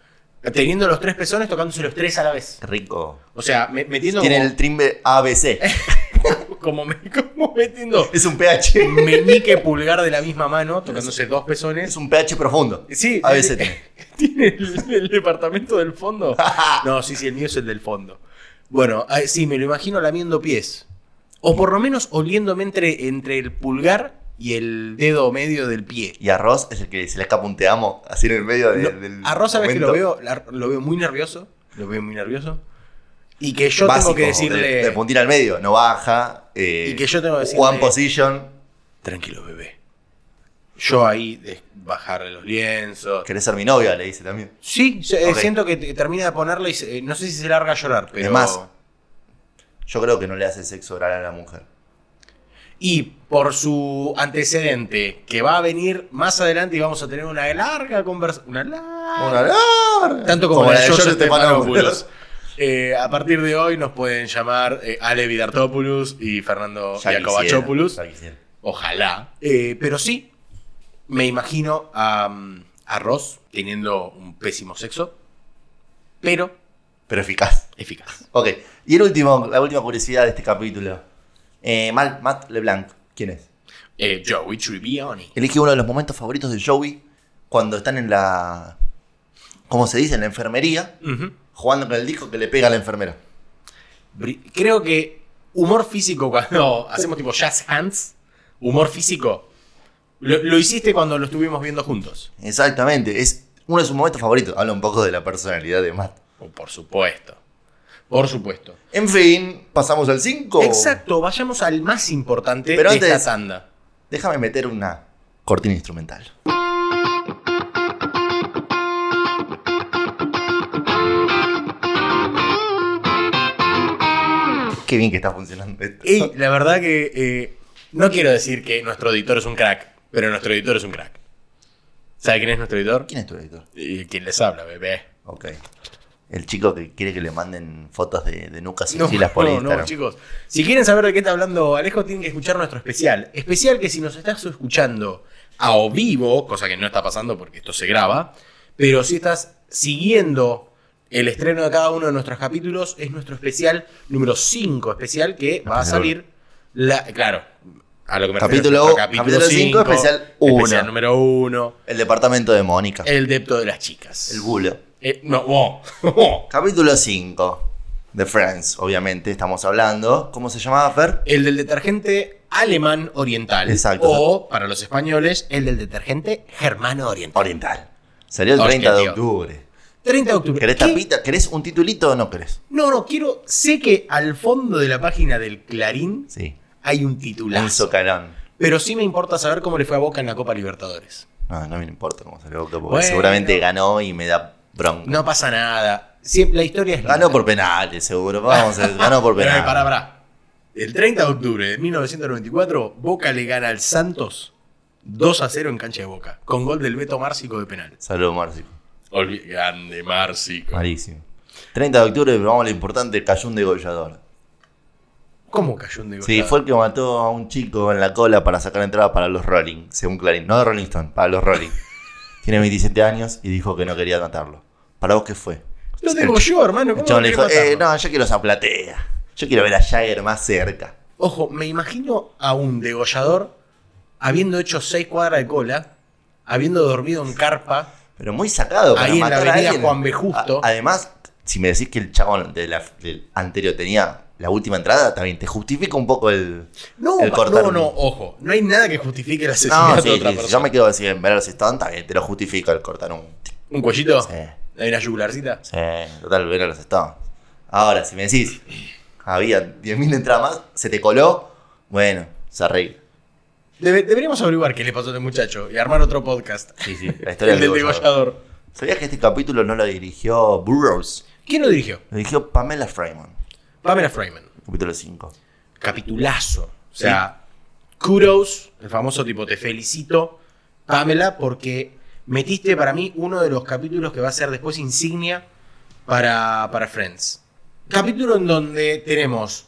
[SPEAKER 1] teniendo los tres pezones tocándose los tres a la vez.
[SPEAKER 2] Qué rico.
[SPEAKER 1] O sea, me- metiendo
[SPEAKER 2] Tiene
[SPEAKER 1] como-
[SPEAKER 2] el trimbe ABC.
[SPEAKER 1] como, me- como metiendo
[SPEAKER 2] Es un pH.
[SPEAKER 1] meñique pulgar de la misma mano, tocándose dos pezones.
[SPEAKER 2] Es un pH profundo.
[SPEAKER 1] Sí,
[SPEAKER 2] A veces tiene.
[SPEAKER 1] tiene el, el departamento del fondo. No, sí, sí, el mío es el del fondo. Bueno, ah, sí, me lo imagino lamiendo pies. O por lo menos oliéndome entre, entre el pulgar y el dedo medio del pie.
[SPEAKER 2] Y arroz es el que se le escapa un te amo, así en el medio de-
[SPEAKER 1] No,
[SPEAKER 2] del.
[SPEAKER 1] a Rosa ves que lo
[SPEAKER 2] momento
[SPEAKER 1] veo, la- lo veo muy nervioso. Lo veo muy nervioso. Y que yo
[SPEAKER 2] básico,
[SPEAKER 1] tengo que
[SPEAKER 2] De,
[SPEAKER 1] decirle.
[SPEAKER 2] de puntir al medio, no baja. eh,
[SPEAKER 1] Y que yo tengo que decirle-
[SPEAKER 2] One position.
[SPEAKER 1] Tranquilo, bebé. Yo ahí de- bajarle los lienzos.
[SPEAKER 2] Querés ser mi novia, le dice también.
[SPEAKER 1] Sí, se- eh,
[SPEAKER 2] Ok.
[SPEAKER 1] siento que te- termina de ponerla y se- eh, no sé si se larga a llorar, pero.
[SPEAKER 2] más. Yo creo que no le hace sexo oral a la mujer.
[SPEAKER 1] Y por su antecedente, que va a venir más adelante y vamos a tener una larga conversación. Una larga.
[SPEAKER 2] Una larga.
[SPEAKER 1] Tanto como, la de George
[SPEAKER 2] Stephanopoulos.
[SPEAKER 1] Stephanopoulos. Eh, a partir de hoy nos pueden llamar eh, Ale Vidartopoulos y Fernando
[SPEAKER 2] Ya
[SPEAKER 1] Iacobachopoulos.
[SPEAKER 2] quisiera, ya quisiera.
[SPEAKER 1] Ojalá. Eh, pero sí, me imagino a, mm, a Ross teniendo un pésimo sexo, pero
[SPEAKER 2] Pero eficaz.
[SPEAKER 1] eficaz.
[SPEAKER 2] Ok. Y el último, la última curiosidad de este capítulo. Eh, Mal- Matt LeBlanc. ¿Quién es?
[SPEAKER 1] Eh, Joey Tribbiani.
[SPEAKER 2] Elige uno de los momentos favoritos de Joey cuando están en la. ¿Cómo se dice? En la enfermería.
[SPEAKER 1] Ujú.
[SPEAKER 2] Jugando con el disco que le pega a la enfermera.
[SPEAKER 1] Bri- Creo que humor físico cuando hacemos tipo jazz hands, humor físico, lo, lo hiciste cuando lo estuvimos viendo juntos.
[SPEAKER 2] Exactamente. Es uno de sus momentos favoritos. Habla un poco de la personalidad de Matt.
[SPEAKER 1] Oh, Por supuesto. Por supuesto.
[SPEAKER 2] En fin, pasamos al 5.
[SPEAKER 1] Exacto, vayamos al más importante
[SPEAKER 2] Pero
[SPEAKER 1] de
[SPEAKER 2] antes-
[SPEAKER 1] esta tanda.
[SPEAKER 2] Déjame meter una cortina instrumental. Qué bien que está funcionando esto.
[SPEAKER 1] Y la verdad que eh, no quiero decir que nuestro editor es un crack, pero nuestro editor es un crack. ¿Sabe quién es nuestro editor?
[SPEAKER 2] ¿Quién es tu editor?
[SPEAKER 1] Eh, ¿Quién les habla, bebé?
[SPEAKER 2] Ok. El chico que quiere que le manden fotos de, de nucas y chilas por
[SPEAKER 1] no,
[SPEAKER 2] Instagram.
[SPEAKER 1] no, chicos. Si quieren saber de qué está hablando Alejo, tienen que escuchar nuestro especial. Especial que si nos estás escuchando a o vivo, cosa que no está pasando porque esto se graba, pero si estás siguiendo el estreno de cada uno de nuestros capítulos, es nuestro especial número 5 especial que va a
[SPEAKER 2] Especial.
[SPEAKER 1] salir, la, claro, a lo que me
[SPEAKER 2] Capítulo-
[SPEAKER 1] refiero. nuestro
[SPEAKER 2] capítulo cinco,
[SPEAKER 1] cinco,
[SPEAKER 2] especial uno.
[SPEAKER 1] Especial número 1,
[SPEAKER 2] El departamento de Mónica. El,
[SPEAKER 1] el depto de las chicas.
[SPEAKER 2] bulo.
[SPEAKER 1] Eh, no, oh, oh.
[SPEAKER 2] Capítulo 5. De Friends, obviamente, estamos hablando. ¿Cómo se llamaba, Fer?
[SPEAKER 1] El del detergente alemán oriental.
[SPEAKER 2] Exacto.
[SPEAKER 1] O, para los españoles, el del detergente germano oriental.
[SPEAKER 2] Oriental. Salió el 30 de
[SPEAKER 1] Oriental, tío.
[SPEAKER 2] octubre.
[SPEAKER 1] 30 de octubre.
[SPEAKER 2] ¿Querés
[SPEAKER 1] ¿Qué?
[SPEAKER 2] tapita? ¿Querés un titulito o no querés?
[SPEAKER 1] No, no, quiero. Sé que al fondo de la página del Clarín
[SPEAKER 2] Sí.
[SPEAKER 1] hay un
[SPEAKER 2] Un
[SPEAKER 1] titulazo.
[SPEAKER 2] socalón.
[SPEAKER 1] Pero sí me importa saber cómo le fue a Boca en la Copa Libertadores.
[SPEAKER 2] No, no me importa cómo salió Boca, porque
[SPEAKER 1] Bueno.
[SPEAKER 2] seguramente ganó y me da bronca.
[SPEAKER 1] No pasa nada. Siempre, la historia es. linda.
[SPEAKER 2] Ganó Ah, por penales, seguro. Vamos, a- ganó por ah.
[SPEAKER 1] Pero, eh,
[SPEAKER 2] penales.
[SPEAKER 1] pará, pará. El 30 de octubre de 1994, Boca le gana al Santos 2 a 0 en cancha de Boca, con gol del Beto Márcico de penal.
[SPEAKER 2] Saludos, Marci.
[SPEAKER 1] Olvi- Grande Márcico.
[SPEAKER 2] Malísimo. 30 de octubre, pero vamos a lo importante, cayó un degollador.
[SPEAKER 1] ¿Cómo cayó un
[SPEAKER 2] Sí,
[SPEAKER 1] degollador?
[SPEAKER 2] fue el que mató a un chico en la cola para sacar entrada para los Rolling, según Clarín. No de Rolling Stone, para los Rolling. Tiene 27 años y dijo que no quería matarlo. ¿Para vos qué fue?
[SPEAKER 1] Lo
[SPEAKER 2] El
[SPEAKER 1] tengo
[SPEAKER 2] ch-
[SPEAKER 1] yo, hermano.
[SPEAKER 2] El
[SPEAKER 1] ¿Cómo
[SPEAKER 2] chabón
[SPEAKER 1] lo
[SPEAKER 2] le dijo,
[SPEAKER 1] querés
[SPEAKER 2] eh,
[SPEAKER 1] matar?
[SPEAKER 2] no, yo quiero esa platea. Yo quiero ver a Jagger más cerca.
[SPEAKER 1] Ojo, me imagino a un degollador habiendo hecho seis cuadras de cola, habiendo dormido en carpa.
[SPEAKER 2] Pero muy sacado para
[SPEAKER 1] Ahí en la
[SPEAKER 2] matar a
[SPEAKER 1] avenida
[SPEAKER 2] alguien.
[SPEAKER 1] Juan B. Justo.
[SPEAKER 2] A- además, si me decís que el chabón de la- del anterior tenía la última entrada, también te justifica un poco el,
[SPEAKER 1] No,
[SPEAKER 2] el
[SPEAKER 1] pa- no,
[SPEAKER 2] cortarme.
[SPEAKER 1] no, ojo. No hay nada que justifique el asesinato
[SPEAKER 2] No,
[SPEAKER 1] de
[SPEAKER 2] sí,
[SPEAKER 1] otra
[SPEAKER 2] sí, si yo
[SPEAKER 1] persona.
[SPEAKER 2] me quedo así en ver si están, también te lo justifica el cortar un...
[SPEAKER 1] ¿Un cuellito?
[SPEAKER 2] Sí.
[SPEAKER 1] ¿Hay una yugularcita?
[SPEAKER 2] Sí, total, ver a los Stones. Ahora, si me decís, había 10.000 entradas más, se te coló, bueno, se arregla.
[SPEAKER 1] Debe- deberíamos averiguar qué le pasó a este muchacho y armar otro podcast.
[SPEAKER 2] Sí, sí, la historia
[SPEAKER 1] El del degollador.
[SPEAKER 2] ¿Sabías que este capítulo no lo dirigió Burroughs?
[SPEAKER 1] ¿Quién lo dirigió?
[SPEAKER 2] Lo dirigió Pamela Freeman,
[SPEAKER 1] Pamela Freeman.
[SPEAKER 2] capítulo 5.
[SPEAKER 1] Capitulazo. O sea, kudos, el famoso tipo te felicito, Pamela, porque metiste para mí uno de los capítulos que va a ser después insignia para, para Friends. Capítulo en donde tenemos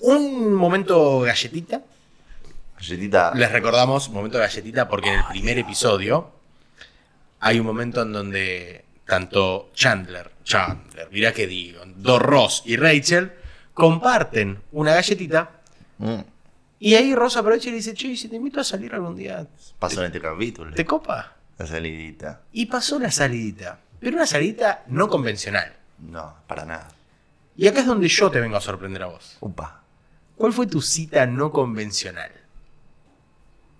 [SPEAKER 1] un momento galletita.
[SPEAKER 2] Galletita.
[SPEAKER 1] Les recordamos, momento galletita, porque en el primer episodio hay un momento en donde tanto Chandler, Chandler, mirá que digo, Dos Ross y Rachel comparten una galletita
[SPEAKER 2] Mm.
[SPEAKER 1] Y ahí Ross aprovecha y le dice, che, ¿y si te invito a salir algún día,
[SPEAKER 2] Pasó en este capítulo.
[SPEAKER 1] ¿te copa?
[SPEAKER 2] La salidita.
[SPEAKER 1] Y pasó una salidita, pero una salidita no convencional.
[SPEAKER 2] No, para nada.
[SPEAKER 1] Y acá es donde yo te vengo a sorprender a vos.
[SPEAKER 2] Upa.
[SPEAKER 1] ¿Cuál fue tu cita no convencional?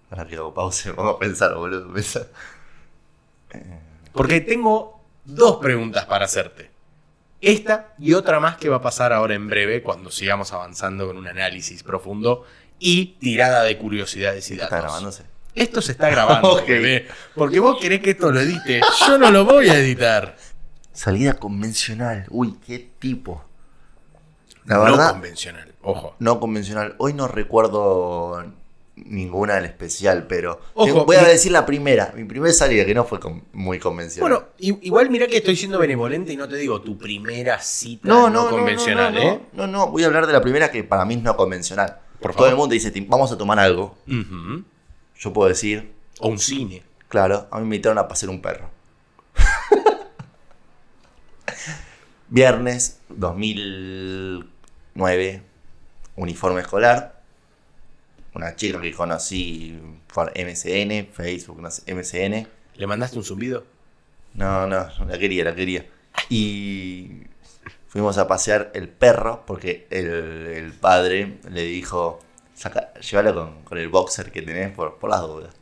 [SPEAKER 2] Ahora que hago pausa, vamos a pensar, boludo. pensar.
[SPEAKER 1] Porque tengo dos preguntas para hacerte. Esta y otra más que va a pasar ahora en breve cuando sigamos avanzando con un análisis profundo y tirada de curiosidades y
[SPEAKER 2] Está
[SPEAKER 1] datos.
[SPEAKER 2] grabándose.
[SPEAKER 1] Esto se está grabando,
[SPEAKER 2] Ok.
[SPEAKER 1] bebé, porque vos querés que esto lo edite. Yo no lo voy a editar.
[SPEAKER 2] Salida convencional. Uy, qué tipo. La
[SPEAKER 1] No
[SPEAKER 2] verdad,
[SPEAKER 1] convencional, ojo.
[SPEAKER 2] no convencional. Hoy no recuerdo ninguna del especial, pero
[SPEAKER 1] Ojo,
[SPEAKER 2] voy a
[SPEAKER 1] mi-
[SPEAKER 2] decir la primera. Mi primera salida que no fue con- muy convencional.
[SPEAKER 1] Bueno, i- igual mirá que estoy siendo benevolente y no te digo tu primera cita
[SPEAKER 2] no,
[SPEAKER 1] no,
[SPEAKER 2] no, no,
[SPEAKER 1] convencional,
[SPEAKER 2] no, no,
[SPEAKER 1] ¿eh?
[SPEAKER 2] No, no, voy a hablar de la primera que para mí es no convencional.
[SPEAKER 1] Por favor.
[SPEAKER 2] Todo el mundo dice, "Tim, vamos a tomar algo.
[SPEAKER 1] Ujú.
[SPEAKER 2] Yo puedo decir,
[SPEAKER 1] O un cine.
[SPEAKER 2] claro, a mí me invitaron a pasear un perro. Viernes 2009, uniforme escolar. Una chica que conocí por MSN, Facebook, no sé, MSN.
[SPEAKER 1] ¿Le mandaste un zumbido?
[SPEAKER 2] No, no, la quería, la quería. Y fuimos a pasear el perro porque el, el padre le dijo, saca, llévalo con, con el boxer que tenés por, por las dudas.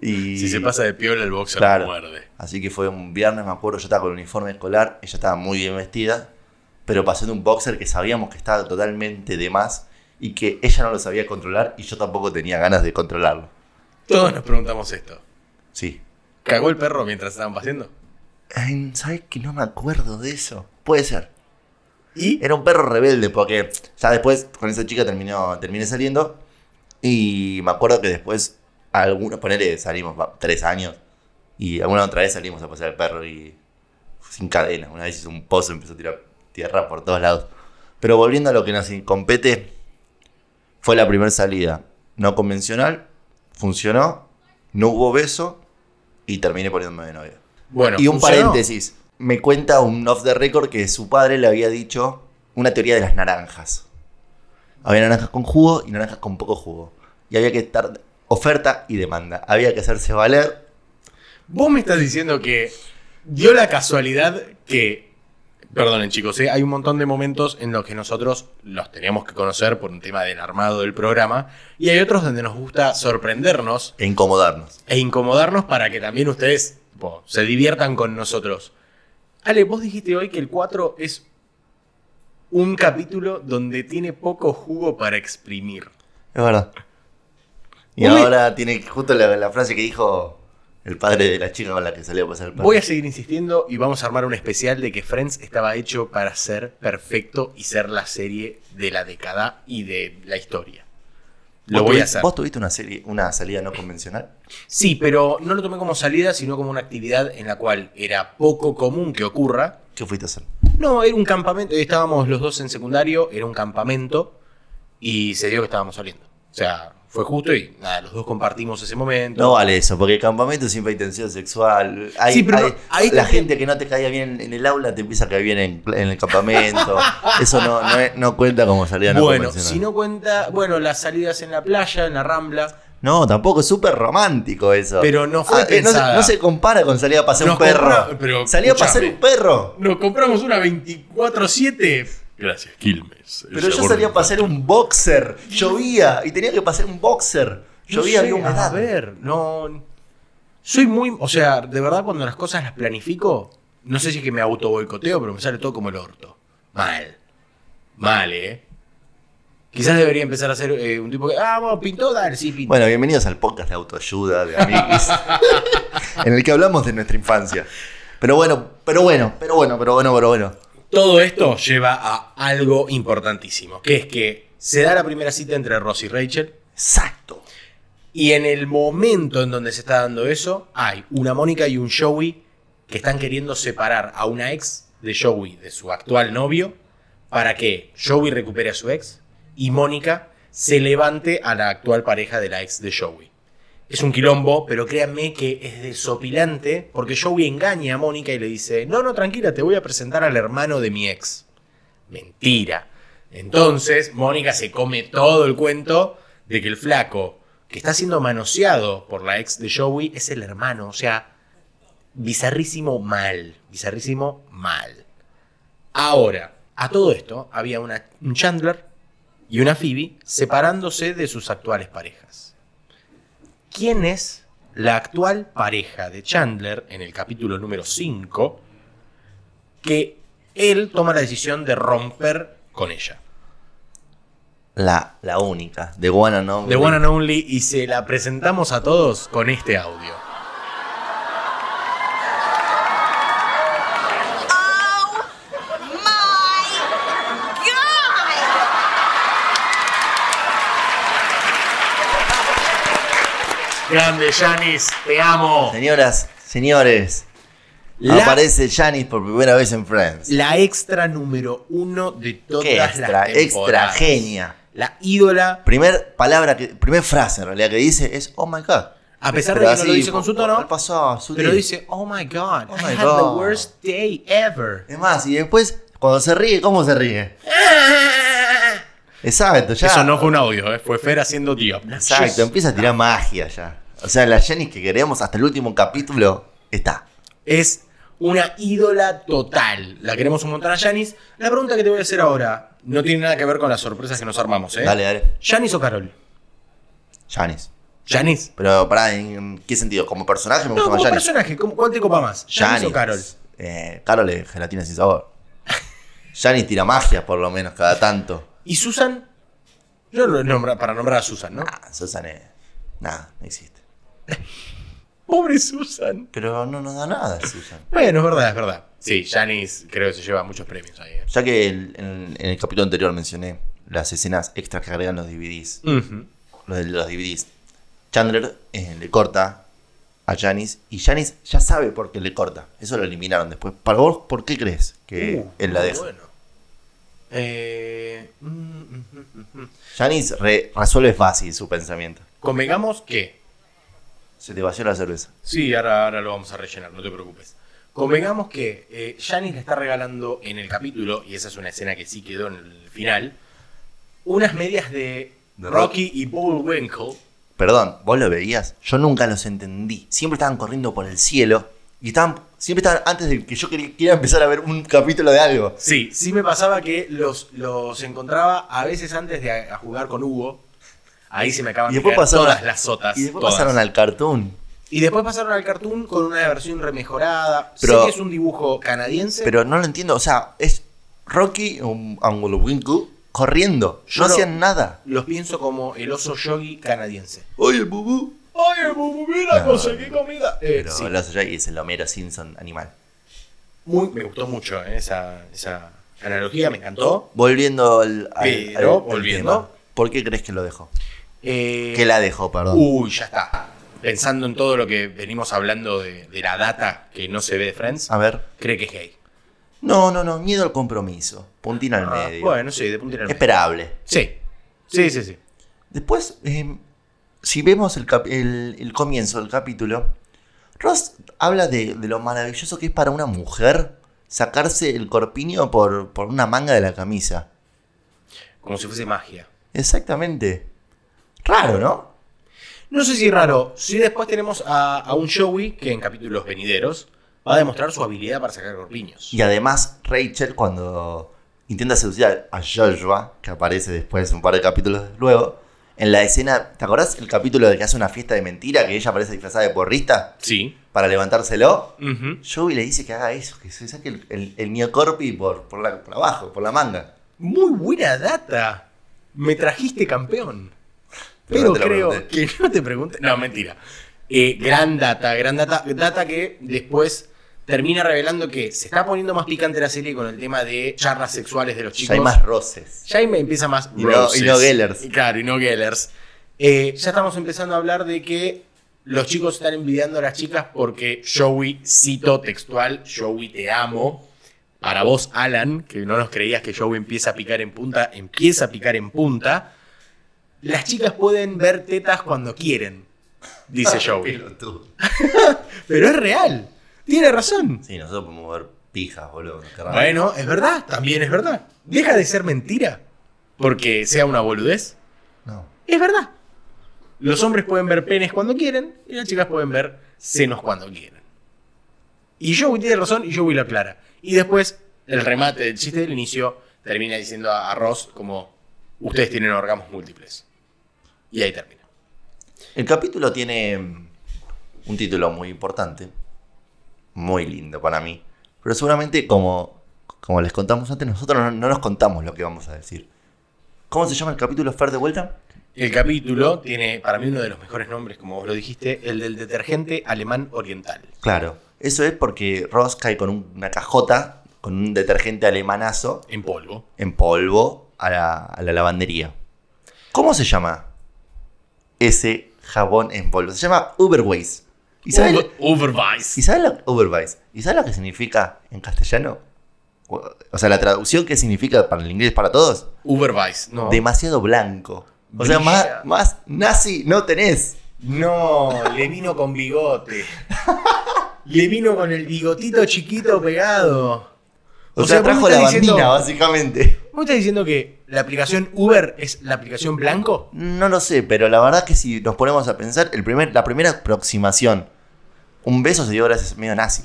[SPEAKER 2] Y
[SPEAKER 1] Si se pasa de piola, el boxer lo
[SPEAKER 2] Claro.
[SPEAKER 1] muerde.
[SPEAKER 2] Así que fue un viernes, me acuerdo, yo estaba con el uniforme escolar, ella estaba muy bien vestida, pero pasé de un boxer que sabíamos que estaba totalmente de más y que ella no lo sabía controlar y yo tampoco tenía ganas de controlarlo.
[SPEAKER 1] Todos nos preguntamos esto.
[SPEAKER 2] Sí.
[SPEAKER 1] ¿Cagó el perro mientras estaban paseando?
[SPEAKER 2] Ay, ¿Sabes que no me acuerdo de eso? Puede ser.
[SPEAKER 1] ¿Y?
[SPEAKER 2] Era un perro rebelde, porque ya después con esa chica terminó, terminé saliendo. Y me acuerdo que después, algunos, ponele, salimos va, tres años. Y alguna otra vez salimos a pasear el perro y. sin cadena. Una vez hizo un pozo, empezó a tirar tierra por todos lados. Pero volviendo a lo que nos compete, fue la primera salida. No convencional, funcionó, no hubo beso y terminé poniéndome de novio.
[SPEAKER 1] Bueno,
[SPEAKER 2] Y un
[SPEAKER 1] funcionó.
[SPEAKER 2] paréntesis. Me cuenta un off the record que su padre le había dicho una teoría de las naranjas. Había naranjas con jugo y naranjas con poco jugo. Y había que estar oferta y demanda. Había que hacerse valer.
[SPEAKER 1] Vos me estás diciendo que dio la casualidad que. Perdonen, chicos, ¿eh? hay un montón de momentos en los que nosotros los tenemos que conocer por un tema del armado del programa. Y hay otros donde nos gusta sorprendernos
[SPEAKER 2] E incomodarnos.
[SPEAKER 1] e incomodarnos para que también ustedes tipo, se diviertan con nosotros. Ale, vos dijiste hoy que el 4 es un capítulo donde tiene poco jugo para exprimir.
[SPEAKER 2] Es verdad. Y
[SPEAKER 1] Uy.
[SPEAKER 2] ahora tiene justo la, la frase que dijo el padre de la chica con la que salió a pasar el perro.
[SPEAKER 1] Voy a seguir insistiendo y vamos a armar un especial de que Friends estaba hecho para ser perfecto y ser la serie de la década y de la historia. Lo
[SPEAKER 2] ¿Vos
[SPEAKER 1] voy a
[SPEAKER 2] tuviste-
[SPEAKER 1] hacer.
[SPEAKER 2] ¿Vos tuviste una, serie, una salida no convencional?
[SPEAKER 1] Sí, pero no lo tomé como salida, sino como una actividad en la cual era poco común que ocurra.
[SPEAKER 2] ¿Qué fuiste a hacer?
[SPEAKER 1] No, era un campamento. Estábamos los dos en secundario, era un campamento y se dio que estábamos saliendo. O sea, fue justo y nada, los dos compartimos ese momento.
[SPEAKER 2] No vale eso, porque el campamento siempre hay tensión sexual. Hay-
[SPEAKER 1] Sí, pero
[SPEAKER 2] hay-
[SPEAKER 1] no, ahí
[SPEAKER 2] la
[SPEAKER 1] también-
[SPEAKER 2] gente que no te caía bien en el aula te empieza a caer bien en, en el campamento. Eso no, no, es- no cuenta como salida no
[SPEAKER 1] bueno,
[SPEAKER 2] convencional.
[SPEAKER 1] si no cuenta, bueno, las salidas en la playa, en la rambla.
[SPEAKER 2] No, tampoco es súper romántico eso.
[SPEAKER 1] Pero no fue
[SPEAKER 2] Ah, eh, no, se,
[SPEAKER 1] pensada.
[SPEAKER 2] no se compara con salir a pasear
[SPEAKER 1] Nos
[SPEAKER 2] un perro.
[SPEAKER 1] compra- pero,
[SPEAKER 2] salir a pasear
[SPEAKER 1] escuchame.
[SPEAKER 2] un perro.
[SPEAKER 1] Nos compramos una 24-7. Gracias, Quilmes.
[SPEAKER 2] Pero yo salía a pasear un boxer. Llovía y tenía que pasear un boxer. Llovía, había humedad.
[SPEAKER 1] A ver, no. Soy muy. O sea, de verdad, cuando las cosas las planifico, no sé si es que me auto boicoteo, pero me sale todo como el orto. Mal. Mal, ¿eh? Quizás debería empezar a hacer eh, un tipo que. Ah, bueno, pintó, dale, sí, pintó.
[SPEAKER 2] Bueno, bienvenidos al podcast de autoayuda de amiguis, en el que hablamos de nuestra infancia. Pero bueno, pero bueno, pero bueno, pero bueno, pero bueno.
[SPEAKER 1] Todo esto lleva a algo importantísimo, que es que se da la primera cita entre Ross y Rachel.
[SPEAKER 2] Exacto.
[SPEAKER 1] Y en el momento en donde se está dando eso, hay una Mónica y un Joey que están queriendo separar a una ex de Joey, de su actual novio, para que Joey recupere a su ex y Mónica se levante a la actual pareja de la ex de Joey. Es un quilombo, pero créanme que es desopilante porque Joey engaña a Mónica y le dice, no, no, tranquila, te voy a presentar al hermano de mi ex. Mentira. Entonces, Mónica se come todo el cuento de que el flaco que está siendo manoseado por la ex de Joey es el hermano. O sea, bizarrísimo mal. Bizarrísimo mal. Ahora, a todo esto había una, un Chandler y una Phoebe separándose de sus actuales parejas. ¿Quién es la actual pareja de Chandler en el capítulo número 5 que él toma la decisión de romper con ella?
[SPEAKER 2] La, la única, de One and Only.
[SPEAKER 1] The One and Only y se la presentamos a todos con este audio.
[SPEAKER 5] Oh my god!
[SPEAKER 1] Grande Janis, te amo.
[SPEAKER 2] Señoras, señores,
[SPEAKER 1] La,
[SPEAKER 2] aparece Janis por primera vez en Friends.
[SPEAKER 1] la extra número uno de todas
[SPEAKER 2] Qué extra,
[SPEAKER 1] las
[SPEAKER 2] extra
[SPEAKER 1] temporadas.
[SPEAKER 2] genia.
[SPEAKER 1] La ídola
[SPEAKER 2] Primer palabra, que, primer frase en realidad que dice es Oh my god.
[SPEAKER 1] A pesar
[SPEAKER 2] Pero
[SPEAKER 1] de que no lo
[SPEAKER 2] así,
[SPEAKER 1] dice con su
[SPEAKER 2] ¿qué
[SPEAKER 1] tono,
[SPEAKER 2] pasó? Sutil.
[SPEAKER 1] pero dice, oh my god,
[SPEAKER 2] Oh
[SPEAKER 1] I
[SPEAKER 2] my
[SPEAKER 1] had
[SPEAKER 2] God.
[SPEAKER 1] the worst day ever.
[SPEAKER 2] Es más, y después, cuando se ríe, ¿cómo se ríe? Exacto, ya.
[SPEAKER 1] fue un audio, eh, fue Fer haciendo tío.
[SPEAKER 2] Exacto, empieza a tirar magia ya. O sea, la Jenny que queremos hasta el último capítulo está.
[SPEAKER 1] Es una ídola total. La queremos un montón a Janis. La pregunta que te voy a hacer ahora no tiene nada que ver con las sorpresas que nos armamos, ¿eh?
[SPEAKER 2] Dale, dale.
[SPEAKER 1] ¿Janis o Carol?
[SPEAKER 2] Janis.
[SPEAKER 1] ¿Janis?
[SPEAKER 2] Pero pará, ¿en qué sentido? ¿Como personaje
[SPEAKER 1] No,
[SPEAKER 2] me gusta
[SPEAKER 1] como
[SPEAKER 2] más Janis?
[SPEAKER 1] personaje, ¿cómo- ¿cuál te copa más? ¿Janis o Carol?
[SPEAKER 2] Eh, Carol es gelatina sin sabor. Janis tira magia, por lo menos, cada tanto.
[SPEAKER 1] ¿Y Susan? Yo lo nombra para nombrar a Susan, ¿no?
[SPEAKER 2] Ah, Susan es. Nada, no existe.
[SPEAKER 1] Pobre Susan.
[SPEAKER 2] Pero no nos da nada, Susan.
[SPEAKER 1] Bueno, es verdad, es verdad. Sí, Janis creo que se lleva muchos premios ahí. eh.
[SPEAKER 2] Ya que el- en, en el capítulo anterior mencioné las escenas extras que agregan los DVDs.
[SPEAKER 1] Ujú.
[SPEAKER 2] Los, de- los DVDs. Chandler eh, le corta a Janice y Janice ya sabe por qué le corta. Eso lo eliminaron después. Para vos, ¿por qué crees que
[SPEAKER 1] Uh,
[SPEAKER 2] él la
[SPEAKER 1] muy
[SPEAKER 2] deja?
[SPEAKER 1] Bueno. Eh, mm, mm, mm, mm.
[SPEAKER 2] Janice re- resuelve fácil su pensamiento.
[SPEAKER 1] Convengamos que.
[SPEAKER 2] Se te vació la cerveza.
[SPEAKER 1] Sí, ahora, ahora lo vamos a rellenar, no te preocupes. Convengamos que eh, Janis le está regalando en el capítulo, y esa es una escena que sí quedó en el final, unas medias de
[SPEAKER 2] De
[SPEAKER 1] Rocky y Bullwinkle.
[SPEAKER 2] Perdón, ¿vos lo veías? Yo nunca los entendí. Siempre estaban corriendo por el cielo y estaban. Siempre estaban antes de que yo quería, quiera empezar a ver un capítulo de algo.
[SPEAKER 1] Sí, sí me pasaba que los, los encontraba a veces antes de a, a jugar con Hugo. Ahí se me acaban
[SPEAKER 2] Y
[SPEAKER 1] de
[SPEAKER 2] después
[SPEAKER 1] caer
[SPEAKER 2] pasaron,
[SPEAKER 1] todas las sotas.
[SPEAKER 2] y después
[SPEAKER 1] todas.
[SPEAKER 2] pasaron al cartoon.
[SPEAKER 1] Y después pasaron al cartoon con una versión remejorada.
[SPEAKER 2] Pero-
[SPEAKER 1] sé que es un dibujo canadiense.
[SPEAKER 2] Pero no lo entiendo, o sea, es Rocky un Angolowinku corriendo.
[SPEAKER 1] Yo
[SPEAKER 2] no
[SPEAKER 1] lo-
[SPEAKER 2] hacían nada.
[SPEAKER 1] los pienso como el oso yogi canadiense.
[SPEAKER 2] Oye, bubú.
[SPEAKER 1] ¡Ay, bubu, mira,
[SPEAKER 2] No. conseguí
[SPEAKER 1] comida! Eh,
[SPEAKER 2] Pero lo hace ya y es el Homero Simpson animal.
[SPEAKER 1] me gustó mucho eh, esa, esa analogía, me encantó.
[SPEAKER 2] Volviendo al. al-
[SPEAKER 1] Pero,
[SPEAKER 2] al- al
[SPEAKER 1] volviendo.
[SPEAKER 2] tema, ¿Por qué crees que lo dejó?
[SPEAKER 1] Eh,
[SPEAKER 2] Que la dejó, perdón.
[SPEAKER 1] Uy, ya está. Pensando en todo lo que venimos hablando de, de la data que no se ve de Friends,
[SPEAKER 2] A ver.
[SPEAKER 1] cree que es gay.
[SPEAKER 2] No, no, no, miedo al compromiso. Puntina al
[SPEAKER 1] Ah,
[SPEAKER 2] medio.
[SPEAKER 1] bueno, sí, de puntero.
[SPEAKER 2] Esperable.
[SPEAKER 1] Sí, sí, sí, sí.
[SPEAKER 2] Después, eh, si vemos el, cap- el- el comienzo del capítulo, Ross habla de, de lo maravilloso que es para una mujer sacarse el corpiño por, por una manga de la camisa.
[SPEAKER 1] Como si fuese magia.
[SPEAKER 2] Exactamente. Raro, ¿no?
[SPEAKER 1] No sé si raro, si después tenemos a, a un Joey que en capítulos venideros va a demostrar su habilidad para sacar corpiños.
[SPEAKER 2] Y además, Rachel, cuando intenta seducir a- a Joshua, que aparece después, un par de capítulos luego, en la escena, ¿te acordás el capítulo de que hace una fiesta de mentira, que ella aparece disfrazada de porrista
[SPEAKER 1] Sí.
[SPEAKER 2] para levantárselo?
[SPEAKER 1] Ujú.
[SPEAKER 2] Joey le dice que haga eso, que se saque el, el, el miocorpi por, por, la, por abajo, por la manga.
[SPEAKER 1] Muy buena data. Me trajiste campeón. Pero,
[SPEAKER 2] no te lo
[SPEAKER 1] creo
[SPEAKER 2] pregunté.
[SPEAKER 1] que no te pregunté. No, mentira. Eh, gran data, gran data. Data que después termina revelando que se está poniendo más picante la serie con el tema de charlas sexuales de los chicos.
[SPEAKER 2] Ya hay más roces.
[SPEAKER 1] Ya ahí me empieza más.
[SPEAKER 2] Y no-
[SPEAKER 1] roses.
[SPEAKER 2] y no Gellers.
[SPEAKER 1] Y Claro, y no Gellers. Eh, ya estamos empezando a hablar de que los chicos están envidiando a las chicas porque Joey, cito textual, Joey te amo. Para vos, Alan, que no nos creías que Joey empieza a picar en punta, empieza a picar en punta. Las chicas pueden ver tetas cuando quieren, dice Joey.
[SPEAKER 2] Pelotudo.
[SPEAKER 1] Pero es real. Tiene razón.
[SPEAKER 2] Sí, nosotros podemos ver pijas, boludo. qué raro.
[SPEAKER 1] Bueno, es verdad, también es verdad. Deja de ser mentira. porque sea una boludez.
[SPEAKER 2] No.
[SPEAKER 1] Es verdad. Los hombres pueden ver penes cuando quieren y las chicas pueden ver senos cuando quieren. Y Joey tiene razón y Joey la aclara. Y después, el remate del chiste del inicio termina diciendo a a Ross como, ustedes tienen orgasmos múltiples. Y ahí termina.
[SPEAKER 2] El capítulo tiene mm, un título muy importante, muy lindo para mí, pero seguramente como, como les contamos antes, nosotros no, no nos contamos lo que vamos a decir. ¿Cómo se llama el capítulo Fer de vuelta?
[SPEAKER 1] El capítulo tiene para mí uno de los mejores nombres, como vos lo dijiste, el del detergente alemán oriental.
[SPEAKER 2] Claro, eso es porque Ross cae con un- una cajota, con un detergente alemanazo
[SPEAKER 1] En polvo.
[SPEAKER 2] en polvo a la, a la lavandería. ¿Cómo se llama ese jabón en polvo? Se llama Uberways. ¿Y saben-
[SPEAKER 1] Uber- Uberweiss.
[SPEAKER 2] ¿Y sabes lo, Uberwise, ¿y sabes lo que significa en castellano? O o sea, la traducción que significa para el inglés para todos.
[SPEAKER 1] Uberweiss, no.
[SPEAKER 2] Demasiado blanco. O sea,
[SPEAKER 1] Brilla.
[SPEAKER 2] más, más nazi no tenés.
[SPEAKER 1] No, le vino con bigote. Le vino con el bigotito chiquito pegado.
[SPEAKER 2] O,
[SPEAKER 1] O sea,
[SPEAKER 2] sea,
[SPEAKER 1] vos me
[SPEAKER 2] trajo la
[SPEAKER 1] estás
[SPEAKER 2] bandina,
[SPEAKER 1] diciendo-
[SPEAKER 2] básicamente.
[SPEAKER 1] ¿Vos me estás diciendo que la aplicación Uber es la aplicación blanco?
[SPEAKER 2] No lo sé, pero la verdad que si nos ponemos a pensar, el primer, la primera aproximación, un beso se dio gracias medio nazi.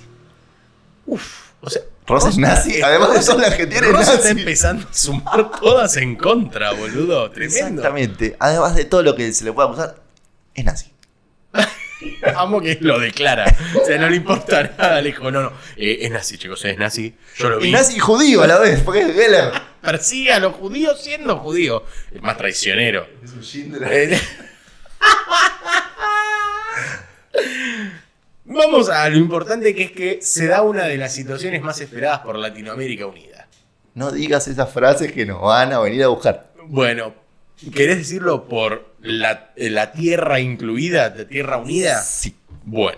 [SPEAKER 1] Uf, o sea.
[SPEAKER 2] Ross es nazi, además de todas las que tiene
[SPEAKER 1] Ross está
[SPEAKER 2] nazi.
[SPEAKER 1] empezando a sumar todas en contra, boludo. Tremendo.
[SPEAKER 2] Exactamente. Además de todo lo que se le puede acusar, es nazi.
[SPEAKER 1] Amo que lo declara. O sea, no le importa nada. Le dijo, no, no. eh, es nazi, chicos, es nazi. Yo lo vi.
[SPEAKER 2] Y nazi y judío a la vez, porque es Geller.
[SPEAKER 1] Persigue a los judíos siendo judío. Es más traicionero.
[SPEAKER 2] Es un Schindler.
[SPEAKER 1] Eh, Vamos a lo importante que es que se da una de las situaciones más esperadas por Latinoamérica Unida.
[SPEAKER 2] No digas esas frases que nos van a venir a buscar.
[SPEAKER 1] Bueno, ¿querés decirlo por la, la tierra incluida, la tierra unida?
[SPEAKER 2] Sí.
[SPEAKER 1] Bueno,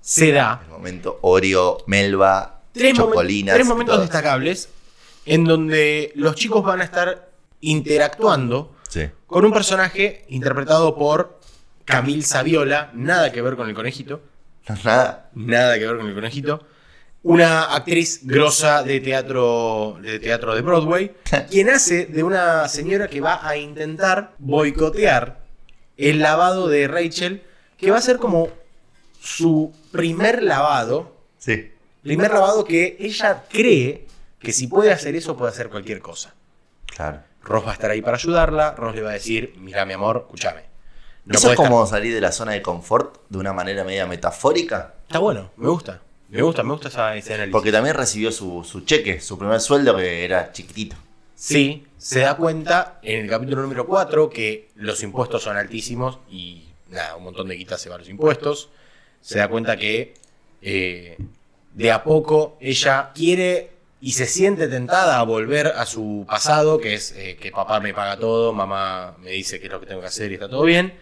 [SPEAKER 1] se da
[SPEAKER 2] El momento Oreo, Melba,
[SPEAKER 1] tres, momen-
[SPEAKER 2] Chocolinas.
[SPEAKER 1] tres momentos
[SPEAKER 2] todo.
[SPEAKER 1] destacables en donde los chicos van a estar interactuando
[SPEAKER 2] Sí.
[SPEAKER 1] con un personaje interpretado por Camil Saviola, nada que ver con el conejito,
[SPEAKER 2] No es nada.
[SPEAKER 1] nada que ver con el conejito, una actriz grosa de teatro de teatro de Broadway, quien hace de una señora que va a intentar boicotear el lavado de Rachel, que va a ser como su primer lavado,
[SPEAKER 2] Sí.
[SPEAKER 1] primer lavado que ella cree que si puede hacer eso puede hacer cualquier cosa.
[SPEAKER 2] Claro.
[SPEAKER 1] Ross va a estar ahí para ayudarla. Ross le va a decir, mira mi amor, escúchame. No
[SPEAKER 2] Eso es
[SPEAKER 1] podés
[SPEAKER 2] como
[SPEAKER 1] estar-
[SPEAKER 2] salir de la zona de confort de una manera media metafórica.
[SPEAKER 1] Está bueno, me gusta. Me gusta, me gusta esa, ese análisis.
[SPEAKER 2] Porque también recibió su, su cheque, su primer sueldo que era chiquitito.
[SPEAKER 1] sí, se da cuenta en el capítulo número 4 que los impuestos son altísimos y nada, un montón de guita se va a los impuestos. Se da cuenta que eh, de a poco ella quiere y se siente tentada a volver a su pasado, que es eh, que papá me paga todo, mamá me dice qué es lo que tengo que hacer y está todo bien.